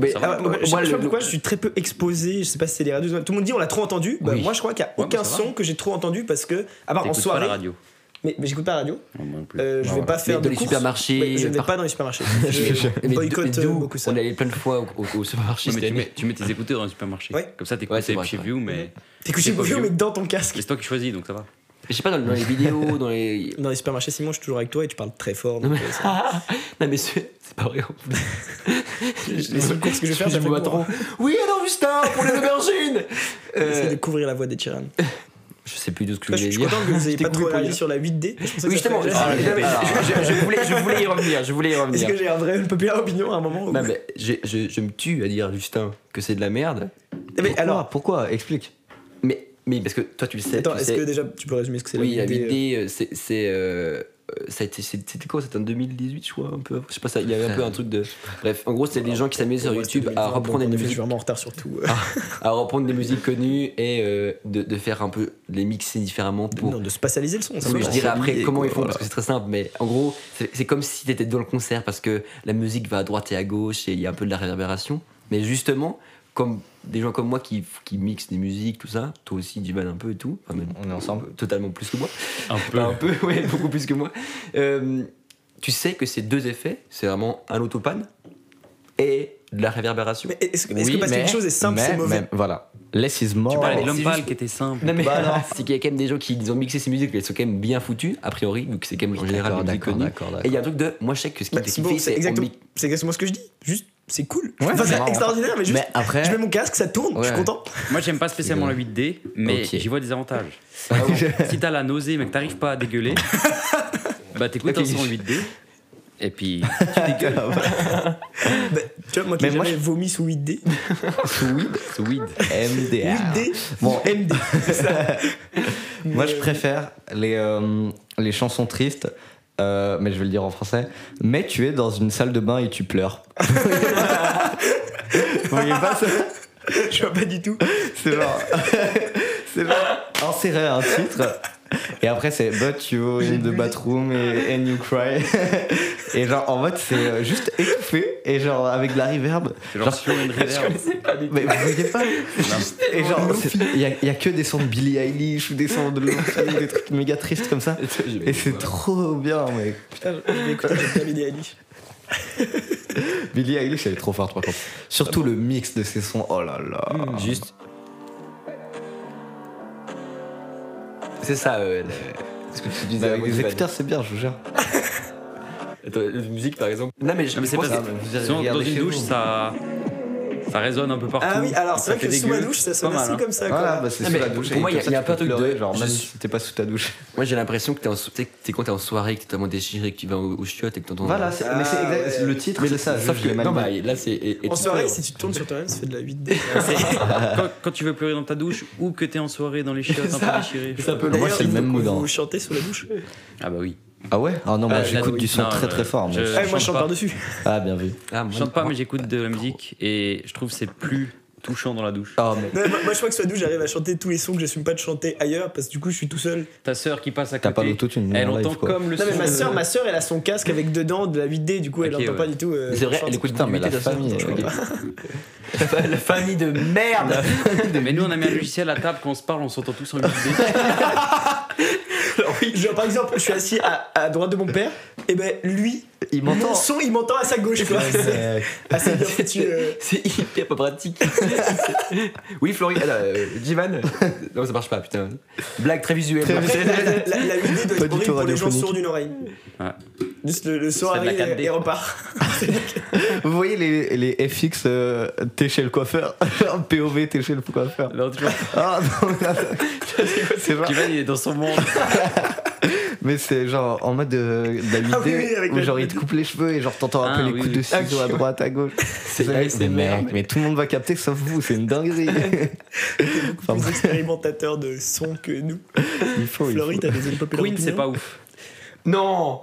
Mais,
Ça va,
ah,
Ah, moi, je sais
le-
pas pourquoi je suis très peu exposé. Je sais pas si c'est les radios. Tout le monde dit on l'a trop entendu. Bah,
Oui.
Moi, je crois qu'il n'y a
Ouais,
aucun
bah, ça va.
son que j'ai trop entendu parce que, à part en
t'écoutes pas
soirée,
la radio.
Mais, mais j'écoute pas la radio.
Non, Ah, moi non plus.
Euh, je vais pas faire
dans
de
les
courses.
supermarchés, euh,
Ouais, je ne vais
par-
pas dans les supermarchés.
Mais-
Je
mais
boycotte
d'où-
euh, beaucoup ça.
On allait plein de fois au, au- au supermarché.
Ouais, mais
cette
tu,
année.
mets, tu mets tes écouteurs dans le supermarché.
Ouais.
Comme ça,
Ouais,
t'écoutes
c'est vrai,
chez
c'est
View, mais
T'écoutes chez
pas
Bovio,
vieux.
mais dans ton casque.
mais c'est toi qui choisis, donc ça va.
Je sais pas, dans, dans les vidéos, dans les.
Dans les supermarchés, Simon, je suis toujours avec toi et tu parles très fort.
Non
donc,
mais,
euh, ça-
non, mais c'est c'est pas vrai. en plus.
Les seules courses que je vais faire,
je
ça
me
fait
vois
court.
trop. Oui, alors Justin, pour les aubergines
J'essaie de
Euh,
couvrir la voix des Chiran.
Je sais plus de ce que
Je
je voulais
suis
dire.
content que vous ayez
J'étais
pas trop
coupé,
réagi
Pauline.
sur la 8D. Je pensais
Oui,
que ça
justement, je,
ferait-
je- je- je voulais, je voulais y revenir. Je voulais y
Est-ce
revenir.
que j'ai un vrai une populaire opinion à un moment où-
Non, mais j'ai- je, je me tue à dire, Justin, que c'est de la merde.
Eh, Mais
Pourquoi
alors,
Pourquoi Explique.
Mais, mais parce que toi, tu le sais.
attends,
tu
est-ce
sais-
que déjà tu peux résumer ce que c'est
Oui,
la
la
8D
8D, euh, c'est. c'est, euh, euh, ça a été- c'est- C'était quoi C'était en 2018, je crois, un peu. Je sais pas, ça, il y avait un peu un truc de. Bref, en gros, c'est des gens qui s'amusaient sur YouTube à reprendre
des
des
Je suis
musiques,
vraiment en retard euh, surtout.
à reprendre des musiques connues et euh, de, de faire un peu les mixer différemment pour
Non, de spatialiser le son. ça
Oui,
marche.
je dirais après
S'habiller,
comment
quoi,
ils font parce que c'est très simple, mais en gros, c'est c'est comme si t'étais dans le concert parce que la musique va à droite et à gauche et il y a un peu de la réverbération. Mais justement, comme des gens comme moi qui, qui mixent des musiques, tout ça, toi aussi, Jivan un peu et tout, enfin, même
On est ensemble.
totalement plus que moi,
Un peu.
Enfin, Bah, un peu, ouais, beaucoup plus que moi. Euh, tu sais que ces deux effets, c'est vraiment un autopan et de la réverbération.
Mais est-ce que est-ce que parce que
mais-
quelque chose est simple,
mais-
c'est mauvais
mais- voilà. Less is more.
Tu parlais de
c'est
l'homme
juste-
pâle qui était simple.
Non mais
Bah alors.
c'est qu'il y a quand même des gens qui ils ont mixé ces musiques, mais elles sont quand même bien foutues, a priori, vu que c'est quand même en général des
D'accord,
musiques
d'accord,
connues.
d'accord,
Et il y
d'accord.
a un truc de, moi je sais que ce qui
Bah,
te
c'est bon,
kiffé,
c'est
c'est on
exactement,
mixe-
c'est exactement ce que je dis. Juste, c'est cool.
Ouais,
Enfin,
c'est
c'est
marrant.
extraordinaire, mais juste.
Mais après.
Je mets mon casque, ça tourne, je suis
Ouais.
content.
Moi, j'aime pas spécialement la 8D, mais
Ok. Ah
j'y vois des avantages. Ah si t'as la nausée, mais que t'arrives pas à dégueuler, bah t'écoutes un son 8D. Et puis,
Bah, tu vois, moi qui
Mais
ai
moi,
jamais vomi sous 8D.
c'est weed.
MDR.
8D,
Bon,
MD. c'est ça.
Moi, je
Mais-
préfère les, euh, les chansons tristes, euh, mais je vais le dire en français. Mais tu es dans une salle de bain et tu pleures. Vous voyez pas ça
Je vois pas du tout.
C'est genre. c'est genre. Insérer un titre. Et après, c'est But you in the bathroom et, and you cry. et genre, en mode, c'est euh, juste étouffé et genre avec de la reverb.
C'est genre sur une réverb.
Mais vous voyez pas Et genre, il y, a- y a que des sons de Billie Eilish ou des sons de Lofi ou des trucs méga tristes comme ça. Et c'est trop bien, mec.
Putain, je vais écouter, j'ai bien l'idée à lui.
Billie Eilish, elle est trop forte par contre. Surtout le mix de ses sons, oh là là.
Juste. C'est ça, euh, le- ce que tu disais.
Bah,
à
avec des
Motivane.
écouteurs, c'est bien, je vous jure.
Attends, la musique, par exemple. Non, mais je,
Non, mais c'est
pense
parce
que-
que
vous
sinon,
allez
dans
regarder
une
chez
douche,
vous.
ça, ça résonne un peu partout.
Ah oui, alors c'est
Ça
vrai
fait
que sous ma
dégueu.
douche, ça
C'est
sonne
pas mal,
assez
hein.
comme ça. quoi.
Voilà, bah, c'est
Non,
sous
mais
la douche.
pour moi,
et
il y a-
comme ça,
il y a un
tu peux
peu un truc
pleurer,
de-
Genre,
je
même
suis-
si t'es pas sous ta douche.
Moi, j'ai l'impression que t'es en, t'es- t'es quand t'es en soirée, que t'es tellement déchiré, que tu vas aux, aux chiottes et que t'entends.
Voilà, c'est-
Ah,
mais c'est exact.
ouais.
Le titre, c'est ça.
Sauf
je
que.
l'ai mal
Non,
dit.
bah, là, c'est. et- et
En
tu
soirée,
pleures.
si tu te tournes sur toi-même, ça fait de la 8D.
Quand, quand tu veux pleurer dans ta douche ou que t'es en soirée dans les chiottes un peu déchirées.
C'est un peu- Moi,
D'ailleurs,
c'est le
vous-
même mood. hein.
Vous chantez sous la douche
Ah bah oui.
hein.
Ah ouais Ah non, bah,
Ah,
j'écoute
la-
du son
non,
très
euh,
très fort.
je-
mais-
Euh,
Ouais, Moi, je chante
pas.
par-dessus.
Ah, bien vu.
Ah, moi,
Je chante pas, mais j'écoute de la musique et je trouve que c'est plus touchant dans la douche.
Ah, mais
Non, Moi, moi, je crois que sous la douche, j'arrive à chanter tous les sons que j'assume pas de chanter ailleurs parce que du coup, je suis tout seul.
Ta sœur qui passe à
T'as
côté.
pas l'autotune. mais
elle
en live,
entend
quoi.
comme le
Non, mais
son
ma
de-
soeur, ma soeur, elle a son casque avec dedans de la 8D, du coup, elle
Ok,
entend
ouais.
pas du tout. euh,
C'est vrai,
chanter.
elle écoute
Putain, mais la
T'as ça,
famille.
je
euh,
La famille de merde
Mais nous, on a mis un logiciel à table, quand on se parle, on s'entend tous en 8D.
Genre, par exemple, je suis assis à, à droite de mon père, et ben lui,
Il m'entend.
mon son, il m'entend à sa gauche, quoi. C'est
Euh,
assez bien foutu. euh.
C'est hyper pas pratique. oui, Florian. alors, euh, Jivan Non, ça marche pas, putain. Blague très visuelle.
Très
Après, la, la, la, la 8D doit être
Pas du
horrible
tout
pour les gens
radiophonique.
sourds d'une oreille.
Ouais.
Juste le, le son
Ça fait de la
arrive et,
4D.
et repart.
Vous voyez les, les FX, euh, t'es chez le coiffeur. Genre, POV, t'es chez le coiffeur.
Non, tu vois,
Ah non, mais attends. c'est genre,
Kevin, il est dans son monde.
mais c'est genre en mode de, de la
Ah oui,
vidéo
oui, avec
où
la-
genre il te coupe les cheveux et genre t'entends un
Ah
peu les
oui,
coups de
oui.
ciseaux à droite, à gauche. C'est
vrai, c'est
mais,
merde.
mais tout le monde va capter sauf vous, c'est une dinguerie. Enfin,
Plus expérimentateur de son que nous.
Oh, il faut, il faut.
Florie, t'as des impopulaires
Queen, c'est
opinions
pas ouf.
Non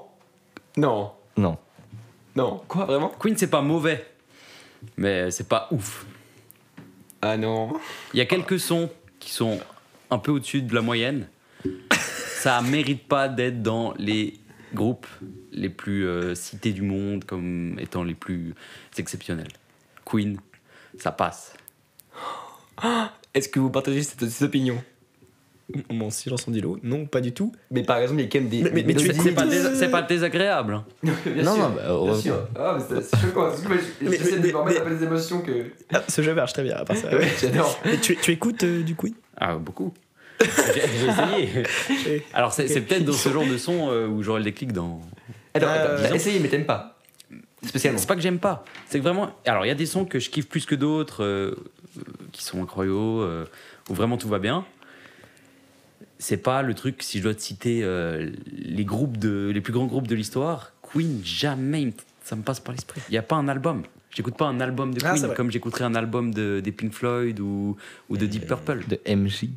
Non
Non.
Non. Quoi, vraiment
Queen, c'est pas mauvais. Mais c'est pas ouf.
Ah non.
Il y a quelques sons qui sont un peu au-dessus de la moyenne. Ça mérite pas d'être dans les groupes les plus euh, cités du monde comme étant les plus exceptionnels. Queen, ça passe.
Est-ce que vous partagez cette, cette opinion
Mon silence en dit l'eau. Non, pas du tout.
Mais par exemple, il y a quand même des.
Mais- mais- mais tu-
mélodies-
C'est pas, dés- c'est pas désagréable. hein.
Bien
Non,
sûr.
non, bah, heureusement.
Bien sûr. Ah, mais c'est- c'est choquant. Excuse-moi, je-
Mais-
J'essaie
mais-
de me
mais-
remettre un peu les émotions que.
Ah, ce jeu marche très bien, à part ça.
Ah Ouais, j'adore.
Mais tu, tu écoutes euh, du Queen
Ah, beaucoup. J'ai j'ai essayé.
Et-
Alors, c'est c'est peut-être dans ce genre de son euh, où j'aurai le déclic dans.
Attends,
Euh,
attends.
disons-
Essayez, mais t'aimes pas. Spécialement.
C'est pas que j'aime pas. C'est que vraiment. Alors, il y a des sons que je kiffe plus que d'autres, euh, euh, qui sont incroyables, euh, où vraiment tout va bien. C'est pas le truc, si je dois te citer euh, les groupes de, les plus grands groupes de l'histoire, Queen, jamais, il me- ça me passe par l'esprit. Il n'y a pas un album. J'écoute pas un album de
Ah,
Queen
c'est vrai.
comme j'écouterais un album de, des Pink Floyd ou, ou de
Euh,
Deep Purple.
bah,
De MJ.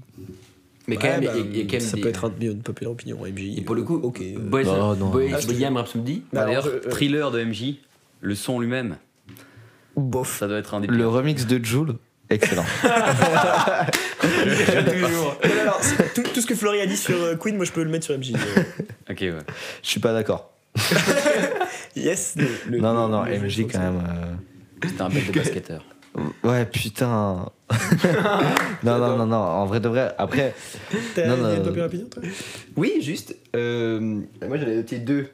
Mais quand
Ouais,
même, il y a-
bah,
il y a quand même.
Ça
des-
peut être un de populaire opinion, MJ.
Et pour le coup,
ok. euh,
Boys,
Non, non,
Boys
non.
William Rhapsody.
bah,
D'ailleurs,
alors, je- euh,
Thriller de MJ, le son lui-même,
Bof.
ça doit être un des
Le
pires.
remix de Joule, excellent.
Non, non, non, c'est- tout, tout ce que Florie a dit sur euh, Queen, moi je peux le mettre sur MJ. euh.
Ok, ouais.
Je suis pas d'accord.
Yes. le- le-
Non, non, non,
le- le-
MJ quand même. euh,
C'était un bête de basketteur.
Ouais, putain. non, non, non, non, en vrai de vrai. Après,
T'as
Non,
une
non,
idée de
non.
populaire opinion, toi
Oui, juste. euh, moi, j'en ai noté deux.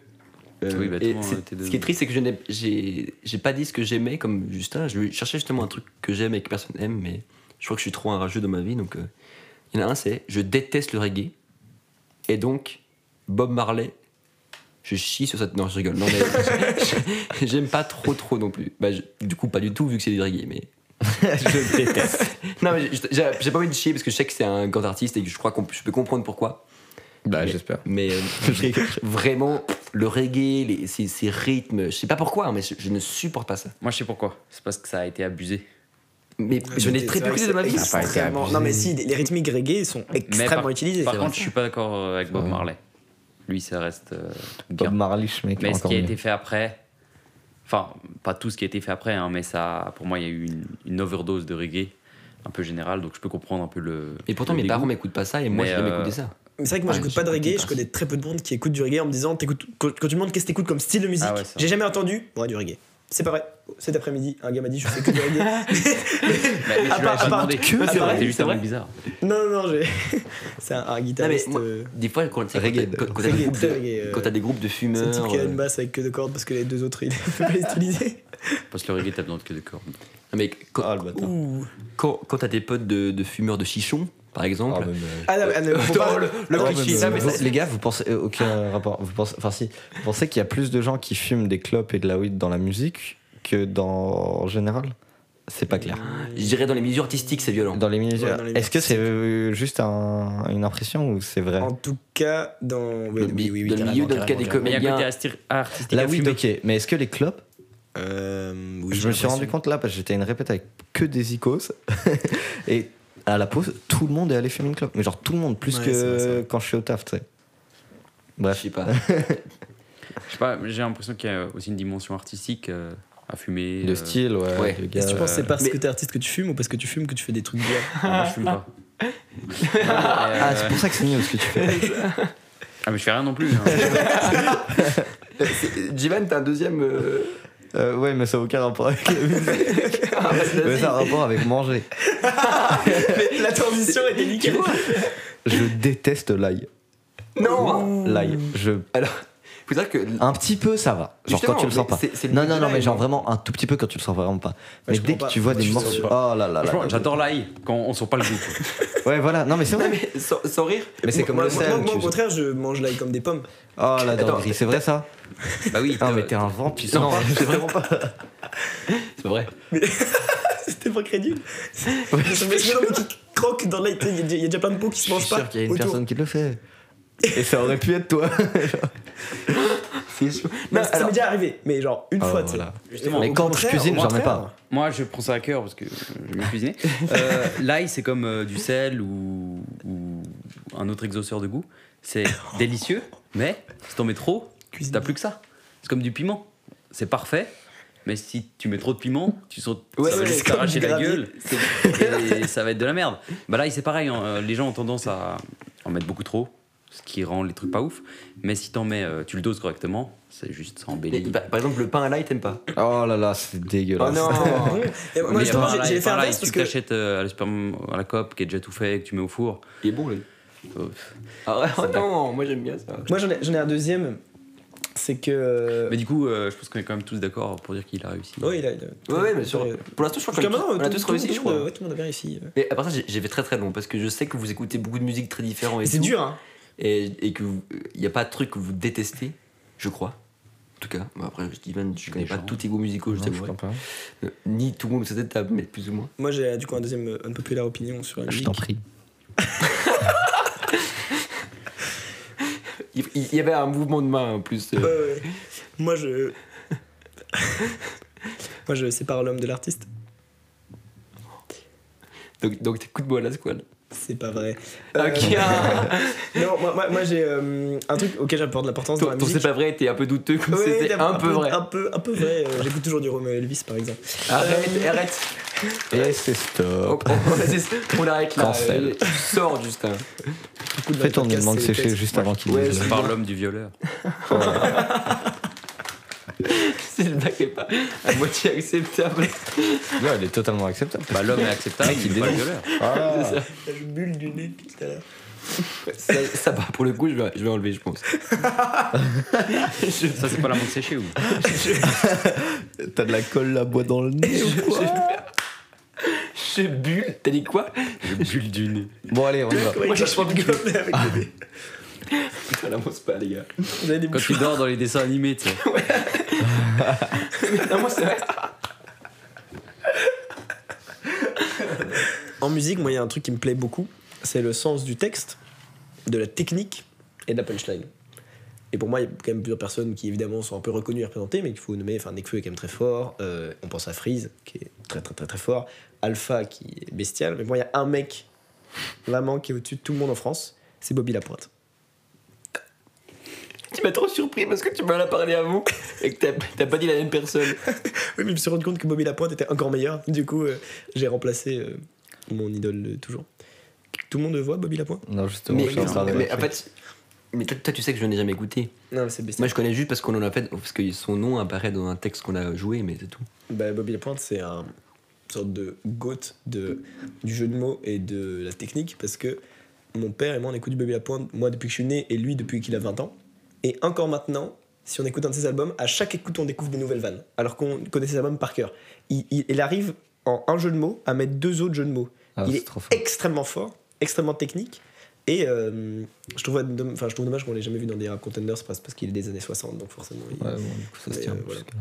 Euh,
Oui, bah, tout
et
le monde en a
c'est-
noté deux.
Ce qui est triste, c'est que je n'ai j'ai- j'ai pas dit ce que j'aimais comme Justin. Je cherchais justement un truc que j'aime et que personne n'aime, mais je crois que je suis trop un rageux dans ma vie. Donc, euh, il y en a un, c'est je déteste le reggae. Et donc, Bob Marley, je chie sur cette. Non, je rigole. Non, mais j'aime pas trop, trop non plus. Bah, je- du coup, pas du tout, vu que c'est du reggae, mais.
je déteste.
Non, mais j'ai- j'ai j'ai pas envie de chier parce que je sais que c'est un grand artiste et que je crois qu'on je peux comprendre pourquoi.
Bah, j'espère.
Mais euh, vraiment, le reggae, les, ces, ces rythmes, je sais pas pourquoi, hein, mais je, je ne supporte pas ça.
Moi, je sais pourquoi. C'est parce que ça a été abusé.
Mais je n'ai très peu
Ah, C'est
écouté de
vrai
ma
que
vie.
c'est extrêmement- Non, mais si, les les rythmiques reggae sont extrêmement utilisés.
Par
c'est
contre,
vrai.
je suis pas d'accord euh, avec Bob
Ouais.
Marley. Lui, ça reste euh,
Bob
bien.
Marley, mec,
mais ce
encore
qui a
mieux.
été fait après, enfin, pas tout ce qui a été fait après, hein, mais ça, pour moi, il y a eu une, une overdose de reggae un peu générale, donc je peux comprendre un peu le.
Et pourtant,
le
mes
dégoût.
parents m'écoutent pas ça et moi,
Mais,
j'aime
euh,
écouter ça.
Mais c'est vrai que moi,
Ouais,
j'écoute pas de
j'écoute
reggae.
pas
Je
ça.
connais très peu de monde qui écoute du reggae en me disant t'écoutes- quand, quand tu me demandes qu'est-ce que t'écoutes comme style de musique,
Ah ouais, ça.
j'ai jamais entendu. Ouais, du reggae. C'est pas vrai. Cet après-midi, un gars m'a dit je fais que des reggae.
mais je
À part-
lui ai pas
à part
demandé.
que-
C'est vrai,
c'est
t'es juste un
vrai.
mec bizarre.
Non, non, non, j'ai. C'est un, un guitariste.
moi-
euh,
Des fois, quand tu sais, quand
Reggae,
t'as- quand- quand t'as des
reggae,
groupes
très
de-
reggae, euh,
quand t'as des groupes de
C'est le type
fumeurs.
qui a une
euh,
basse avec que deux cordes parce que les deux autres, il ne peut pas les utiliser.
Parce que le reggae, t'as besoin de que de cordes.
Eh
Non, mais quand,
Ah, le bâtard.
Ouh.
quand, quand t'as des potes de, de fumeurs de chichon, par
Ah,
exemple,
mais, mais-
Ah non, ah, non, faut pas-
Ah,
cliché,
mais,
ça,
mais
mais
vous-
ça-
les gars, vous pensez euh,
Ah.
aucun rapport. Vous pensez, enfin si, vous pensez qu'il y a plus de gens qui fument des clopes et de la weed dans la musique que dans en général. C'est pas clair.
je dirais dans les milieux artistiques, c'est violent.
Dans les mini-
Ouais, dans les
Est-ce que c'est euh, juste un- une impression ou c'est vrai
En tout cas, dans.
Le mi- dans le milieu, dans le cas des
carrément.
Mais il y a un côté
comédiens.
asti- artistique.
La
à
weed,
fumer.
ok. Mais est-ce que les clopes
Euh, oui,
Je
j'ai
me suis rendu
l'impression.
compte là parce que j'étais à une répète avec que des icos et à la pause, tout le monde est allé fumer une clope. Mais genre tout le monde, plus
Ouais,
que
c'est vrai, c'est vrai.
quand je suis au taf, tu sais.
Je
Bref.
sais pas.
Je sais pas, mais j'ai l'impression qu'il y a aussi une dimension artistique euh, à fumer.
Le
euh,
style, ouais.
ouais.
le gars,
Est-ce que tu penses que c'est parce
mais-
que t'es artiste que tu fumes ou parce que tu fumes que tu fais des trucs bien
Moi, je fume pas. euh,
Ah, c'est pour ça que c'est mieux ce que tu fais.
Ah, mais je fais rien non plus. hein.
Jivan, t'as un deuxième. euh,
Euh, ouais, mais ça n'a aucun rapport avec la musique.
ah, vas-y.
Mais ça a un rapport avec manger.
La transition était nickel
Je déteste l'ail.
Non
L'ail. Je...
Alors, faut dire que.
Un petit peu, ça va. Genre
Justement,
quand tu le sens
mais
pas.
c'est- c'est le
non,
goût
non,
de
non,
l'ail,
mais genre
non
vraiment un tout petit peu quand tu le sens vraiment pas. mais
je
dès que
comprends
tu
pas.
vois
Moi,
des
je
morceaux.
sais
Oh
pas.
là là là.
Franchement,
là.
J'adore l'ail quand on sent pas le goût. quoi.
Ouais, voilà. Non, mais c'est
Non,
vrai.
mais sans, sans rire.
Mais c'est
Moi-
comme
moi,
le sel.
Moi,
tu
moi, au
sais.
contraire, je mange l'ail comme des pommes.
Oh la
Attends,
dinguerie, c'est vrai ça
Bah oui.
Ah, mais t'es un vampire.
Non,
Non, c'est vraiment pas.
C'est pas vrai.
C'était pas crédible. Je me suis qui croque dans l'ail. Il y a- il y, a déjà plein de peaux qui se
Je suis
mangent pas.
sûr qu'il y a une
autour.
personne qui le fait. Et ça aurait pu être toi.
C'est chaud.
Non,
Non,
ça
alors-
m'est déjà arrivé, mais genre une fois. tu sais.
Justement,
Mais
Au
quand je
contraire,
cuisine,
au
j'en mets
contraire.
pas.
Moi, je prends ça à cœur parce que euh, j'aime cuisiner. Euh, L'ail, c'est comme euh, du sel ou, ou un autre exhausteur de goût. C'est délicieux, mais si t'en mets trop,
Cuisine.
t'as plus que ça. C'est comme du piment. C'est parfait, mais si tu mets trop de piment, tu sautes,
Ouais,
ça va
ouais,
juste
c'est comme
t'arracher
du
la
gravier.
gueule et ça va être de la merde. Bah l'ail, c'est pareil. hein, euh, Les gens ont tendance à en mettre beaucoup trop, ce qui rend les trucs pas ouf. Mais si t'en mets, euh, tu le doses correctement, c'est juste ça
Mais,
embellit.
bah, par exemple, le pain à l'ail, t'aimes pas
Oh là là, c'est
Ah
dégueulasse.
euh,
Et moi,
Mais
justement,
par
j'ai-
là,
j'ai
et
fait
par là,
inverse
et
parce
tu
que.
t'achètes euh, à, la super- à la coop qui est déjà tout fait, que tu mets au four.
Il est bon, lui.
Euh,
Ah ouais, oh non, moi j'aime bien ça.
Moi, j'en ai, j'en ai un deuxième. C'est que. euh,
Mais du coup, euh, je pense qu'on est quand même tous d'accord pour dire qu'il a réussi.
Ouais, il a. il a-
Ouais, ouais, mais sur-
Euh,
Pour l'instant, je crois
Jusqu'à
qu'on a,
maintenant,
tous- on a
tout-
tous
tout-
réussi,
tout
je
le monde,
crois.
ouais, tout le monde a bien réussi.
Mais à part ça, j'ai j'ai fait très très long parce que je sais que vous écoutez beaucoup de musiques très différentes. et
C'est
tout,
dur, hein.
Et, et qu'il n'y a pas de truc que vous détestez, je crois. En tout cas, Bon, après, je dis même, je connais pas
gens.
tous tes goûts musicaux, je
Non, je
t'avouerai.
t'en prie.
Euh, Ni tout le monde de cette table, mais plus ou moins.
Moi, j'ai du coup un deuxième euh, unpopular opinion sur la
Je
musique.
t'en prie.
Il il- il y avait un mouvement de main en plus.
Ouais,
euh,
ouais. Moi, je. Moi, je sépare l'homme de l'artiste.
donc, donc t'es coup de bois à la squale.
C'est pas vrai.
Ok.
Euh, non, moi, moi- moi, j'ai euh, un truc auquel j'apporte de l'importance dans
Ton,
la
ton
musique.
c'est pas vrai, t'es un peu douteux comme
Ouais,
c'était un, peu vrai.
Un peu, un peu vrai. euh, J'écoute toujours du Romeo Elvis, par exemple.
Arrête,
Euh,
arrête.
Et c'est
Oh,
stop.
oh, vas-y, on arrête là.
Cancel.
Euh, Sors, Justin.
beaucoup de
Oh, Fais ton
podcasts,
demande
c'est
séchée
les
juste avant qu'il
Ouais,
dise.
c'est-
Par l'homme du violeur.
C'est le bac est pas à moitié acceptable.
Ouais, elle est totalement acceptable.
Bah, l'homme est acceptable, il est pas le violeur.
Ah.
textes. Je bulle du nez depuis tout à l'heure.
Ça, ça va, pour le coup, je vais, je vais enlever, je pense.
Ça, c'est pas la menthe séchée ou
T'as de la colle à bois dans le nez ou quoi
Je bulle, t'as dit quoi
Le bulle du nez.
Bon, allez, on y va.
Moi, je
Quand
pense
je
que-
suis avec le nez.
Putain, la mousse pas, les gars.
Vous avez des
Quand tu dors dans les dessins animés, tu sais.
Non, moi, c'est vrai.
En musique, moi, il y a un truc qui me plaît beaucoup, c'est le sens du texte, de la technique et de la punchline. Et pour moi, il y a quand même plusieurs personnes qui, évidemment, sont un peu reconnues et représentées, mais qu'il faut nommer. Enfin, Nekfeu est quand même très fort. euh, on pense à Freeze, qui est très, très, très, très fort. Alpha, qui est bestial. Mais pour moi, il y a un mec, vraiment, qui est au-dessus de tout le monde en France, c'est Bobby Lapointe.
Tu m'as trop surpris parce que tu m'en as parlé avant et que t'as- t'as pas dit la même personne.
Oui, mais je me suis rendu compte que Bobby Lapointe était encore meilleur. Du coup, euh, j'ai remplacé euh, mon idole de toujours. Tout le monde voit Bobby Lapointe
Non, justement,
Mais,
je suis en train de.
mais en fait, Mais toi, toi, tu sais que je n'en ai jamais goûté.
Non, mais c'est bestial.
Moi, je connais juste parce qu'on en a fait, parce que son nom apparaît dans un texte qu'on a joué, mais c'est tout.
Bah, Bobby Lapointe, c'est un une sorte de goat de, du jeu de mots et de la technique parce que mon père et moi, on écoute du Bobby Lapointe, moi depuis que je suis né et lui depuis qu'il a 20 ans. Et encore maintenant, si on écoute un de ses albums, à chaque écoute, on découvre des nouvelles vannes alors qu'on connaît ses albums par cœur. Il, il- il arrive en un jeu de mots à mettre deux autres jeux de mots.
Ah,
il
c'est
est
trop fort.
extrêmement fort, extrêmement technique. Et euh, je, trouve, domm- enfin, je trouve dommage qu'on l'ait jamais vu dans des rap contenders parce parce qu'il est des années 60, donc forcément. il-
Ouais, bon, du coup, ça se
Mais,
tient
euh,
plus
voilà.
que là.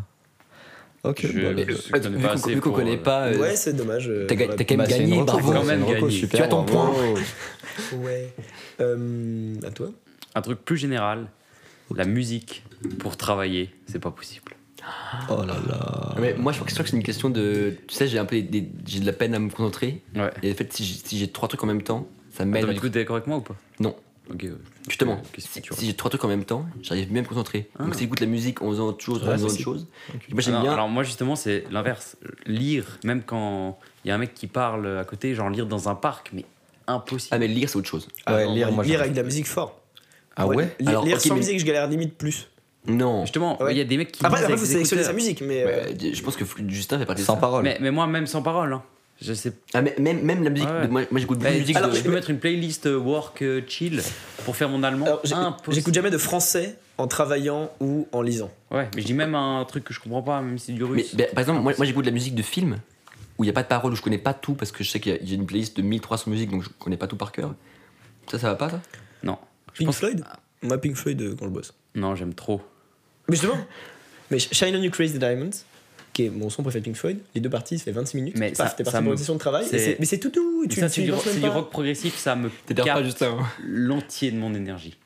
Ok,
Je-
bon, bah,
Euh, je-
Vu qu'on-
connais pas assez
vu qu'on
pour,
connaît
euh,
pas, euh,
Ouais, c'est dommage. euh,
t'as ga-
j'aurais-
t'as quand même
bah, c'est une
gagné,
reco,
bravo.
c'est
Quand même
une reco,
gagné.
super,
Tu as ton
bravo.
Ouais. Euh, à toi
Un truc plus général, la musique pour travailler, c'est pas possible.
Oh là là.
Mais moi, je crois que c'est une question de. Tu sais, j'ai un peu des- des- j'ai de la peine à me concentrer.
Ouais.
Et en fait, si j'ai si j'ai trois trucs en même temps, ça m'aide.
du coup, t'es d'accord avec moi ou pas
Non.
Ok. euh,
Justement,
qu'est-ce que
si,
tu
si j'ai trois trucs en même temps, j'arrive même à me concentrer.
Ah.
Donc, si j'écoute la musique en faisant autre chose, en
Ouais,
faisant
c'est
autre chose. Moi, j'aime
Alors-
bien.
Alors moi justement c'est l'inverse. Lire, même quand il y a un mec qui parle à côté, genre lire dans un parc, mais impossible.
Ah, mais lire, c'est autre chose.
Ouais,
non,
lire, moi, j'arrive.
avec de la musique fort.
Ah ouais
Lire,
Alors,
lire
ok,
sans
mais-
musique, je galère limite plus.
Non.
Justement, il
Ouais.
y a des mecs qui
Après,
lisent
après
avec
vous
des
sélectionnez sa
écouteurs.
musique, mais. euh,
Ouais, Je pense que Justin fait partie de
Sans
ça.
parole.
Mais, mais moi même sans parole, hein. je sais pas.
Ah, mais- même, même la musique.
Ah ouais.
Moi, moi, j'écoute beaucoup de
Eh,
musique.
alors,
de-
je peux mettre une playlist euh, work euh, chill pour faire mon allemand.
alors, j'ai-
Impossible.
J'écoute jamais de français en travaillant ou en lisant.
Ouais, mais je dis même un truc que je comprends pas, même si c'est du
Mais
russe.
ben, par exemple, moi, moi j'écoute de la musique de film où il n'y a pas de paroles, où je connais pas tout parce que je sais qu'il y a- il y a une playlist de 1300 musiques donc je connais pas tout par cœur. Ça, ça va pas, ça
Non,
Pink
pense-
Floyd Moi, Pink Floyd euh, quand je bosse.
non, j'aime trop.
Mais justement Mais Sh- Shine on You Crazy Diamonds, qui est mon son préféré de Pink Floyd, les deux parties, ça fait 26 minutes.
Mais
Mais Paf,
ça-
t'es parti
ça
pour
me-
une session de travail. et
c'est-
c'est- Mais c'est tout doux, tu,
ça,
tu
c'est
y
du,
penses
c'est
même
du
pas.
rock progressif, ça me
T'énerves pas,
capte
Justin, hein.
l'entier de mon énergie.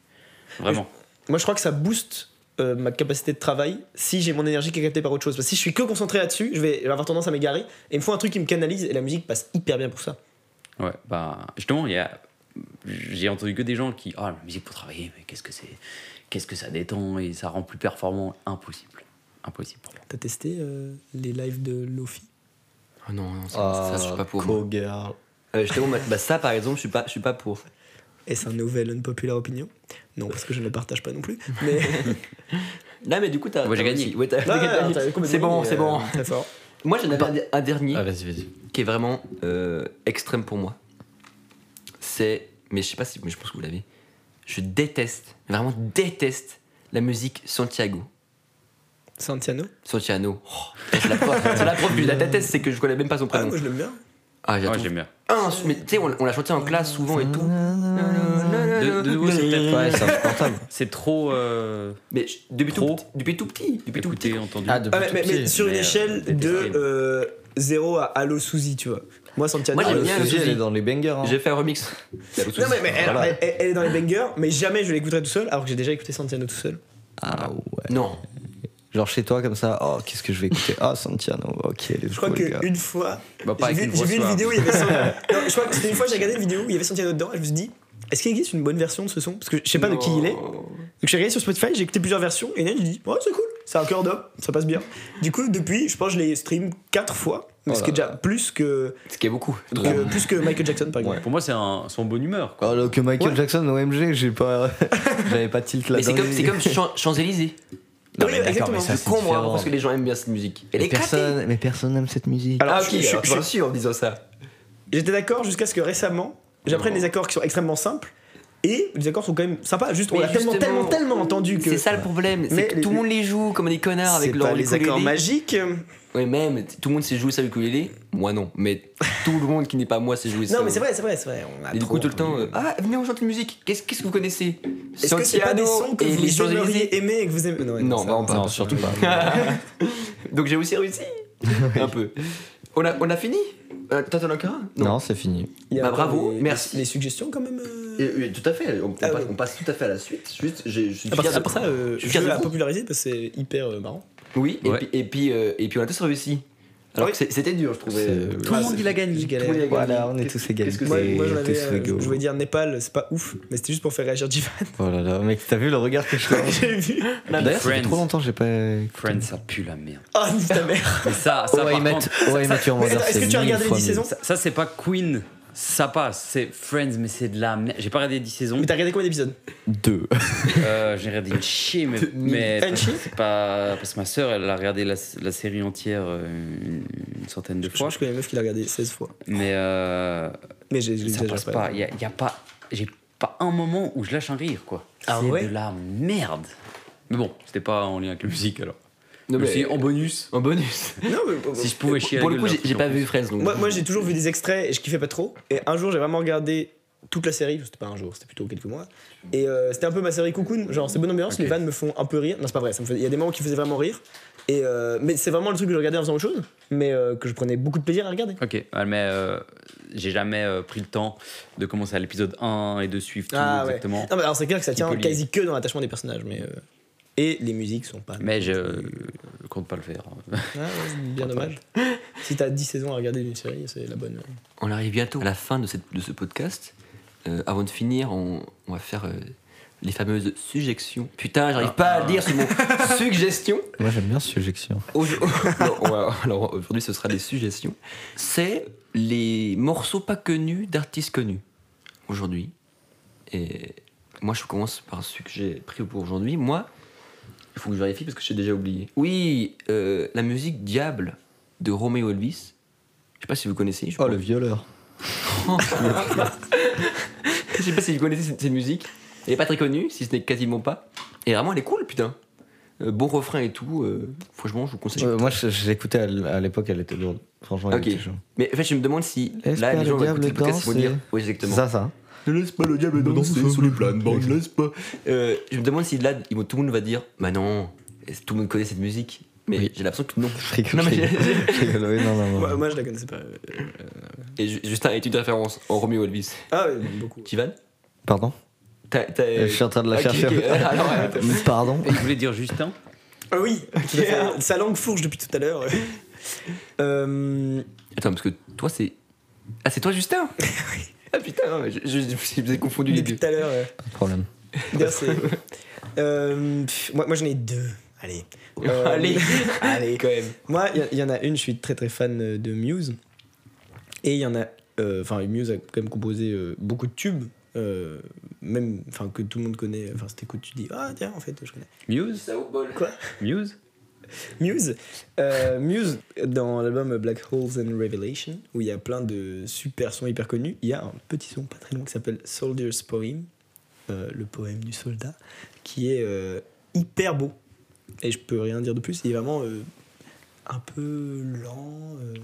Vraiment.
Moi, je crois que ça booste euh, ma capacité de travail si j'ai mon énergie qui est captée par autre chose. Parce que si je suis que concentré là-dessus, je vais avoir tendance à m'égarer. Et il me faut un truc qui me canalise et la musique passe hyper bien pour ça.
Ouais, bah justement, il y a... j'ai entendu que des gens qui ah la musique pour travailler, mais qu'est-ce que c'est, qu'est-ce que ça détend et ça rend plus performant, impossible, impossible pour moi.
T'as testé euh, les lives de Lofi
Ah non, non, ça,
Ah,
ça, je suis pas pour. moi.
cool, girl.
Euh, justement, ma- bah, ça, par exemple, je suis pas, je suis pas pour.
Est-ce un nouvel unpopular opinion Non, parce que je ne le partage pas non plus. Mais
Là, mais du coup, t'as.
Moi, j'ai
t'as
gagné.
réussi. Ouais, t'as-
Ouais,
t'as gagné.
ouais, t'as complètement
c'est bon,
gagné,
c'est
euh,
bon. Bah,
Très fort.
Moi, j'en avais un, un dernier
Ah, vas-y, vas-y.
qui est vraiment euh, extrême pour moi. C'est. Mais je sais pas si. Mais je pense que vous l'avez. Je déteste, vraiment déteste la musique Santiago.
Santiano
Santiano. Oh, c'est la preuve, c'est la preuve que je la déteste, c'est que je connais même pas son
Ah,
prénom.
moi je l'aime bien.
Ah, j'ai
Moi
la trouve
j'aime bien.
insu- mais Tu sais, on, on l'a chanté en classe souvent et tout.
De, de nouveau, c'est peut-être Ah,
Ouais, c'est insupportable.
c'est trop euh,
Mais je- depuis tout,
Trop.
petit- depuis tout petit. Depuis tout petit.
écouté, entendu.
Ah, de
Ah, mais, mais- mais sur une
mais, euh,
échelle de
détestable.
euh, 0 à Allo Suzy, tu vois. Moi, Santiano.
Moi, j'aime
Ah, le
bien le
fusil, elle
fusil.
est dans les bangers. hein.
J'ai fait un remix.
Non, mais, mais elle,
Voilà.
elle- elle- elle est dans les bangers, mais jamais je l'écouterai tout seul, alors que j'ai déjà écouté Santiano tout seul.
Ah ouais.
Non.
Genre chez toi, comme ça, oh, qu'est-ce que je vais écouter Ah, Santiano, ok, les
Je crois
cool, gars.
que qu'une fois,
Bah, pas
j'ai vu,
avec une
j'ai
grosse
vu une
voix.
vidéo, il y avait Santiano. Non, je crois que c'était une fois, j'ai regardé une vidéo où il y avait Santiano dedans, et je me suis dit, est-ce qu'il existe une bonne version de ce son Parce que je sais pas de qui il est. Donc j'ai regardé sur Spotify, j'ai écouté plusieurs versions et là je me dis ouais c'est cool, c'est un cœur d'homme, ça passe bien. Du coup depuis je pense que je les stream 4 fois, mais
Oh
ce
là
qui est déjà plus que,
Ce qui est beaucoup.
que- plus que Michael Jackson par exemple.
Pour moi, c'est un son bonne humeur. Quoi.
Alors que Michael
Ouais.
Jackson, OMG, j'ai pas. J'avais pas tilt là
Mais c'est comme,
Bah,
c'est comme Champs- Champs-Élysées.
Oui, exactement.
Je suis con, moi, parce que les gens aiment bien cette musique. Elle est éclatée.
personne, mais personne n'aime cette musique.
Alors
Ah,
je-
ok,
je-
alors,
je-
j'en suis en disant ça.
j'étais d'accord jusqu'à ce que récemment j'apprenne des accords qui sont extrêmement simples et les accords sont quand même sympas. Juste on
Mais
l'a tellement
justement,
tellement tellement entendu que
C'est ça le problème,
Mais
c'est que
les-
tout le monde les joue comme des connards
c'est
avec
pas
leur
les accords
ukulélé.
magiques.
Oui, même, t- tout le monde sait jouer sa ukulélé. Moi, non. Mais tout le monde qui n'est pas moi sait jouer ça.
Non mais c'est vrai c'est vrai c'est vrai. On a
Et du
trop
coup, tout le temps,
entendu.
euh, ah, venez, on chante une musique. Qu'est-ce qu'est-ce que vous connaissez
Est-ce que c'est pas des sons que
et les
vous aimeriez
Champs-Élysées
aimer et que vous aimez
Non,
ça
bah, on
va.
parle.
non, surtout pas.
Donc, j'ai aussi réussi. un peu. On a, on a fini Euh, T'en as encore un
Non, c'est fini.
Il y a
Bah,
encore
bravo,
les-
merci.
Les suggestions quand même. euh,
Et- et tout à fait, on, on
Ah,
passe,
oui.
on passe tout à fait à la suite. Juste, j'ai- je suis
Ah,
À part
fier
ça,
de-
pour ça, euh,
je
je
suis fier
veux
de
la
vous.
populariser parce que c'est hyper euh, marrant.
Oui, et
Ouais.
puis, et puis, euh, et puis on a tous réussi. Alors
Oui.
que c'est- c'était dur, je trouvais.
C'est-
Euh,
Tout le monde, il a gagné.
Tout le monde, il a gagné.
Voilà, on est
Qu'est-ce-
tous égaux.
qu'est-ce que
Moi,
c'est
moi j'en
Et
avais,
tous
euh,
égaux.
je voulais dire Népal, c'est pas ouf, mais c'était juste pour faire réagir Jivan.
Oh là là, mec, t'as vu le regard que je fais
J'ai vu.
D'ailleurs, ça fait
Friends.
trop longtemps que j'ai pas.
Friends, ça pue la merde.
Oh, nique ta mère.
Mais ça, ça, par contre,
ouais, Mathieu
Mais attends, Est-ce que tu as regardé les 10 saisons
ça, ça, c'est pas Queen ça passe. C'est Friends, mais c'est de la merde. J'ai pas regardé 10 saisons.
Mais t'as regardé combien d'épisodes
Deux.
Euh, j'ai regardé une chier, mais, mais
Une
parce-
chier
c'est pas parce que ma sœur, elle a regardé la, la série entière euh, une, une centaine de
Je crois
fois.
que je connais une meuf qui l'a regardé 16 fois.
Mais euh,
Mais j'ai j'ai-
ça
j'ai-
passe
j'ai-
pas. Il y a, y a pas, j'ai pas un moment où je lâche un rire, quoi.
Ah
c'est
ouais
de la merde. Mais bon, c'était pas en lien avec la musique alors.
Non,
Mais
mais-
c'est en bonus.
En bonus.
Non, mais-
Si je pouvais chier. à
Pour
la
le coup,
gueule
j'ai
d'un
j'ai
truc,
pas
en
vu
plus.
Fraise. Donc...
Moi, moi, j'ai toujours vu des extraits et je kiffais pas trop. Et un jour, j'ai vraiment regardé toute la série. C'était pas un jour, c'était plutôt quelques mois. Et euh, c'était un peu ma série Cocoon. Genre, c'est bonne ambiance, les vannes me font un peu rire. Non, c'est pas vrai. ça me faisait- Il y a des moments qui faisaient vraiment rire. Et euh, mais c'est vraiment le truc que je regardais en faisant autre chose, mais euh, que je prenais beaucoup de plaisir à regarder.
Ok, ouais, mais euh, j'ai jamais euh, pris le temps de commencer à l'épisode 1 et de suivre tout exactement.
Non, mais alors, c'est clair que ça
Qui
tient
peut lier.
quasi que dans l'attachement des personnages. mais euh, Et les musiques sont pas.
Mais je je compte pas le faire.
Ah, ouais, c'est bien dommage. si t'as 10 saisons à regarder d'une série, c'est la bonne.
On arrive bientôt à la fin de, cette- de ce podcast. Euh, avant de finir, on, on va faire euh, les fameuses suggestions. Putain, j'arrive
Ah.
pas à le dire ce mot. Suggestion.
Moi j'aime bien suggestion.
Aujourd'hui- Non, on va- alors, aujourd'hui, ce sera des suggestions. C'est les morceaux pas connus d'artistes connus aujourd'hui. Et moi, je commence par ce que j'ai pris pour aujourd'hui. Moi, il faut que je vérifie parce que j'ai déjà oublié. Oui, euh, la musique Diable de Romeo Elvis. Je sais pas si vous connaissez. Je
Oh le violeur.
Je sais pas si vous connaissez cette, cette musique. Elle est pas très connue, si ce n'est quasiment pas. Et vraiment, elle est cool, putain. Euh, bon refrain et tout. euh, franchement, je vous conseille.
Euh, moi je- je l'écoutais à l- à l'époque, elle était lourde. Franchement, elle
Ok.
était chaude.
Mais en fait, je me demande si
Laisse
là,
pas
les
le
gens vont
diable
écouter le podcast, ils vont
danser.
dire. Oui,
C'est
exactement.
ça, ça.
Ne laisse pas le diable danser sur les planes-bandes, laisse pas. Euh, je me demande si là, ils vont- tout le monde va dire Bah non, tout le monde connaît cette musique. Mais
Oui.
j'ai l'impression que non.
Je rigole.
Non, mais
je rigole. Je rigole, oui, non, non, non.
Moi, moi, je la connaissais pas.
Et ju- juste un étude de référence en Romeo Elvis.
Ah, oui, beaucoup.
Tivan
Pardon
T'as- t'as-
Euh, Je suis en train de la
Euh, Ok,
chercher.
ok, alors, euh,
Pardon
Il voulait dire Justin
Ah oui, tout à fait. sa langue fourche depuis tout à l'heure. Euh,
Attends, parce que toi, c'est. Ah, c'est toi, Justin Ah putain, je, je, je vous ai confondu les
depuis
deux.
tout à l'heure. euh,
Pas de problème.
d'ailleurs, c'est- Euh, pff, moi, moi j'en ai deux. Allez. Euh,
Allez.
allez.
Quand même.
Moi, il y a- il y, en a une, je suis très très fan euh, de Muse. Et il y en a. euh, Enfin, Muse a quand même composé euh, beaucoup de tubes. euh, même enfin que tout le monde connaît enfin c'était quoi tu dis ah tiens en fait je connais
Muse Muse
Muse Euh, Muse dans l'album Black Holes and Revelation où il y a plein de super sons hyper connus il y a un petit son pas très long qui s'appelle Soldier's Poem euh, le poème du soldat qui est euh, hyper beau et je peux rien dire de plus il est vraiment euh, un peu lent euh,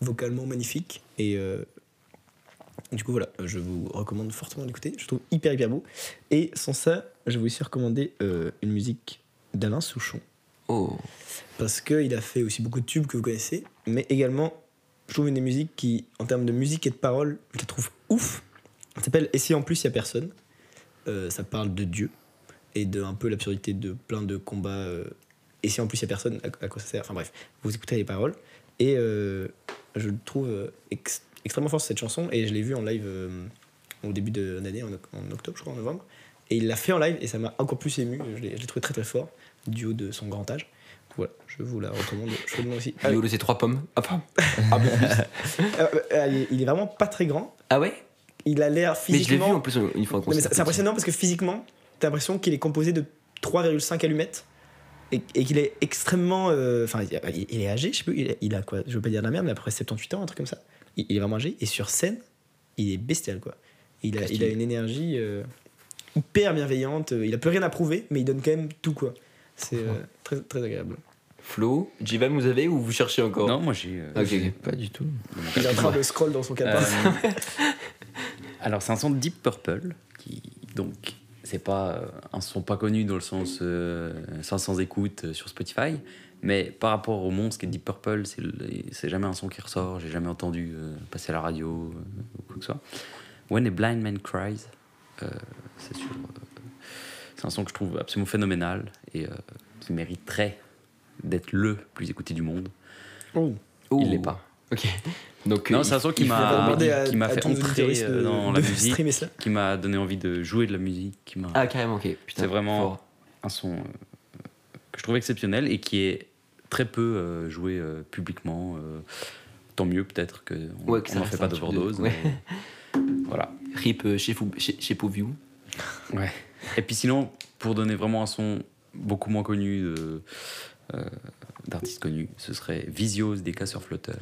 vocalement magnifique et euh, du coup voilà je vous recommande fortement d'écouter je le trouve hyper hyper beau et sans ça je vais aussi recommander euh, une musique d'Alain Souchon
Oh.
parce qu'il a fait aussi beaucoup de tubes que vous connaissez, mais également, je trouve une des musiques qui, en termes de musique et de paroles, je la trouve ouf. Elle s'appelle Et si en plus il n'y a personne Euh, Ça parle de Dieu et de un peu l'absurdité de plein de combats. euh, et si en plus il n'y a personne, à, à quoi ça sert Enfin bref, vous écoutez les paroles. Et euh, je le trouve euh, ex- extrêmement fort cette chanson, et je l'ai vue en live euh, au début de l'année, en, oc- en octobre, je crois, en novembre. Et il l'a fait en live, et ça m'a encore plus ému. Je l'ai je l'ai trouvé très très fort, du haut de son grand âge. Voilà, je vous la recommande chaudement aussi. Ah,
Il a laissé trois pommes. Ah, pardon.
euh, euh, il est- il est vraiment pas très grand.
ah ouais
Il a l'air
Mais je l'ai vu
physiquement.
en plus une fois en
Non, mais
concert.
c'est c'est impressionnant parce que physiquement, t'as l'impression qu'il est composé de 3,5 allumettes et, et qu'il est extrêmement. euh, Enfin, il, il est âgé, je sais plus, il, a- il a quoi Je veux pas dire de la merde, mais après 78 ans, un truc comme ça. Il, il est vraiment âgé et sur scène, il est bestial quoi. Il a, il a une énergie euh, hyper bienveillante, euh, il a plus rien à prouver, mais il donne quand même tout quoi. C'est euh, très, très agréable.
Flo, Jivan, vous avez ou vous cherchez encore
Non, moi j'ai. euh,
Ok,
J'ai
ok.
Pas du tout.
Il est en train de scroll dans son
Euh,
calepin.
alors, c'est un son de Deep Purple, qui donc c'est pas euh, un son pas connu dans le sens euh, 500 écoutes euh, sur Spotify, mais par rapport au monstre qui est Deep Purple, c'est le- c'est jamais un son qui ressort, j'ai jamais entendu euh, passer à la radio euh, ou quoi que ce soit. When a Blind Man Cries, euh, c'est sur, euh, c'est un son que je trouve absolument phénoménal et euh, qui mériterait d'être le plus écouté du monde. Ah,
Oh.
Oh.
Il l'est pas.
Ok. Donc,
Non,
euh,
c'est un son qui
il-
On va
m'a
demander à-
ah, qui m'a
à
fait
tous nos
entrer
auditeurs
euh,
de-
dans la
de
musique,
streamer ça.
qui m'a donné envie de jouer de la musique, qui m'a
Ah, carrément, ok. Putain,
C'est vraiment-
fort.
un son euh, que je trouve exceptionnel et qui est très peu euh, joué euh, publiquement. euh, tant mieux peut-être que on
Ouais, que ça
n'en
reste
fait
un
pas
truc de-
d'overdose.
ouais.
mais Voilà.
Rip euh, chez, Fou- chez, chez Poview.
Ouais. Et puis sinon, pour donner vraiment un son beaucoup moins connu de- euh, d'artistes connus, ce serait Visios des casseurs flotteurs.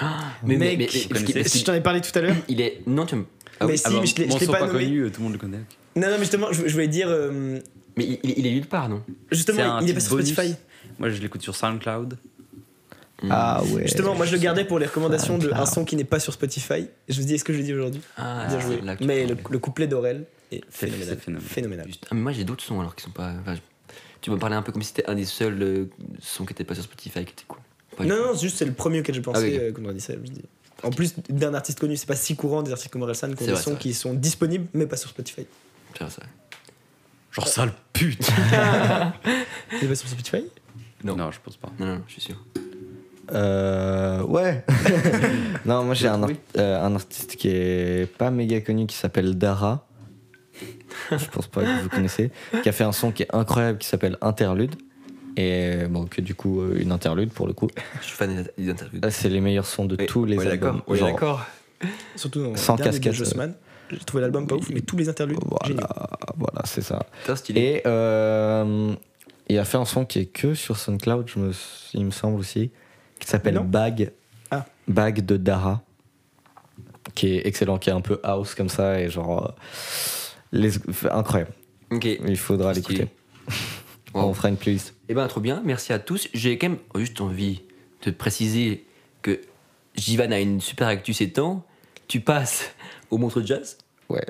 Ah, Mais, mais,
Mec,
mais-
je
parce qu'il-
connaissais-
parce
Je
qu'il-
t'en ai parlé tout à l'heure.
il est. Non, tu me- Ah
mais
oui,
si,
ah bon.
mais je l'ai-
Bon,
je l'ai
bah, son
pas nommé.
connu, euh, tout le monde le connaît.
Non, non, mais justement, je, je voulais dire. euh,
Mais il, il- il est nulle part, non
C'est
justement,
un
il est pas
titre
sur
bonus.
Spotify.
Moi, je l'écoute sur SoundCloud.
Ah ouais.
Justement, moi je le gardais pour les recommandations de
Claro.
un son qui n'est pas sur Spotify. Je me dis, est-ce que je le dis aujourd'hui
Ah,
Bien
c'est
joué.
là que tu
Mais le,
parles.
le couplet d'Aurel est
C'est-
phénoménal.
c'est phénoménal.
Phénoménal.
Juste- ah, mais moi j'ai d'autres sons alors qui sont pas. enfin, je- Tu me parlais un peu comme si c'était un des seuls euh, sons qui était pas sur Spotify qui était cool. Pas
Non,
du tout.
non, c'est juste c'est le premier auquel je pensais
Ah oui, ok.
euh, quand on a dit ça. je me dis. En plus d'un artiste connu, c'est pas si courant des artistes comme Orelsan qui
C'est
ont des
vrai, c'est
sons
vrai.
qui sont disponibles mais pas sur Spotify.
C'est vrai, c'est vrai.
Genre sale pute
Il est pas sur Spotify
Non.
non. je pense pas.
Non, non, non, je suis sûr.
Euh, ouais. non, moi j'ai un, art- euh, un artiste qui est pas méga connu qui s'appelle Dara. Je pense pas que vous connaissez. Qui a fait un son qui est incroyable qui s'appelle Interlude. Et bon, que du coup, euh, une interlude pour le coup.
Je suis fan des- des interviews.
Là, C'est les meilleurs sons de
Oui,
tous les
ouais,
albums.
d'accord. Ouais,
Genre,
d'accord.
Surtout dans
Sans
le dernier de
casquette,
Jossman. J'ai trouvé l'album pas ouf, mais tous les interludes. géniaux.
Voilà, voilà c'est ça.
Putain, stylé.
Et euh, il a fait un son qui est que sur SoundCloud, je me, il me semble aussi, qui s'appelle
Non.
Bag.
Ah.
Bag de Dara. Qui est excellent, qui est un peu house comme ça et genre. euh, les, incroyable.
Ok.
Il faudra
Stylé.
l'écouter.
Wow.
On fera une playlist.
Eh ben, trop bien, merci à tous. J'ai quand même juste envie de préciser que Jivan a une super actu ces temps. Tu passes au Montre Jazz.
Ouais.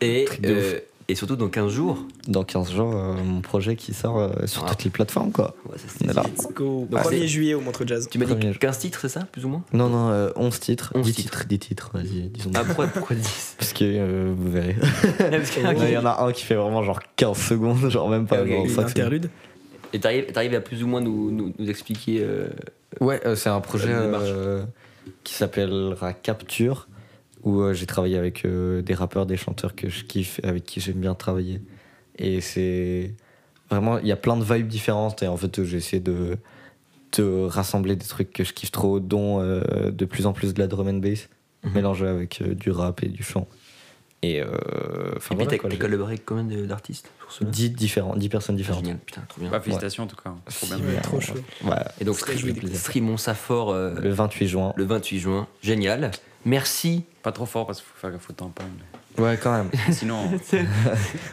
Et,
Truc de
euh, et surtout dans 15 jours.
Dans 15 jours, euh, mon projet qui sort euh, sur
Ah.
toutes les plateformes, quoi.
Ouais, ça, c'est-
On est là.
Let's go.
Ah,
1er
c'est-
juillet au Montre Jazz.
Tu m'as
Premier
dit
jour.
15 titres, c'est ça, plus ou moins
Non, non, euh, 11 titres.
11
10
titres.
titres, 10 titres, vas-y, disons.
Ah, pourquoi, pourquoi 10
Parce que euh, vous verrez.
Parce que-
Il y en a un qui fait vraiment genre 15 secondes, genre même pas.
Ok,
genre
oui,
cinq secondes.
L'interlude
Et t'arrives t'arrives à plus ou moins nous, nous, nous expliquer. euh,
Ouais, euh, c'est un projet
La démarche.
euh, qui s'appellera Capture, où euh, j'ai travaillé avec euh, des rappeurs, des chanteurs que je kiffe, avec qui j'aime bien travailler. Et c'est vraiment, il y a plein de vibes différentes, et en fait, euh, j'ai essayé de, de rassembler des trucs que je kiffe trop, dont euh, de plus en plus de la drum and bass,
Mhm.
mélangé avec euh, du rap et du chant. Et euh,
et
enfin,
puis
voilà,
t'as-
quoi,
t'as
j'ai
collaboré avec combien de- d'artistes sur cela
10 différents, 10 personnes différentes.
Génial, putain, trop bien.
Bah, félicitations en tout cas. Trop bien.
Ouais, trop chaud.
Ouais,
Et donc,
Très joli.
stream- streamons ça fort euh,
le 28 juin.
le 28 juin. Génial. Merci.
Pas trop fort parce qu'il faut faire gaffe au tympan.
Ouais, quand même.
mais Sinon,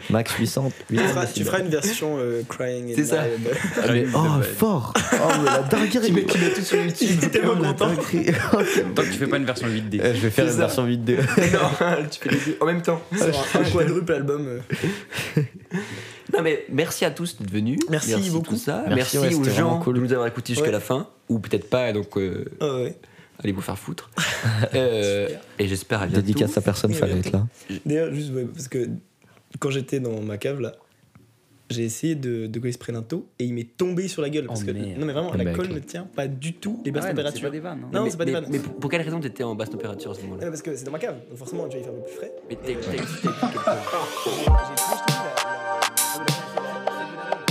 Max 800.
Tu feras, tu feras une version euh, Crying
C'est
and
ça.
Loud.
Ah, mais-
Une
oh,
nouvelle.
fort Oh, mais la dinguerie mais-
mets tout sur YouTube.
Il est tellement
la
content.
dinguerie.
tant que tu fais pas une version 8D.
Euh, Eh, Je
hein.
vais faire
C'est
une
ça.
version vidéo.
Non, tu fais les deux en même temps.
C'est un quadruple album. euh.
Non mais merci à tous d'être venus.
Merci
pour
beaucoup.
tout ça. Merci,
Merci, ouais,
aux
c'était
gens
vraiment cool.
de nous avoir écoutés jusqu'à
Ouais.
la fin ou peut-être pas donc euh,
Ah ouais.
allez vous faire foutre. Euh, et j'espère à bientôt.
Dédicace à personne,
Oui,
fallait être là.
D'ailleurs, juste ouais, parce que quand j'étais dans ma cave là, j'ai essayé de, de coller spray d'un taux et il m'est tombé sur la gueule. Parce
Oh,
que,
merde.
non, mais vraiment,
Eh
la
ben,
colle
ok.
ne tient pas du tout les
Ah
basses
ouais, donc c'est
températures.
pas des vannes. hein.
Non,
mais,
c'est pas des
mais-
vannes.
mais pour, pour quelle raison t'étais en basse température à ce moment-là
Ouais, parce que c'est dans ma cave, donc forcément, tu vas y faire un peu plus frais.
Mais t'as- t'as- t'as- t'as- t'as- t'as-
J'ai plus, je te dis, la- la- la-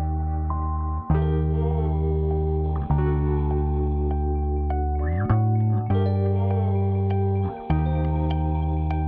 Thank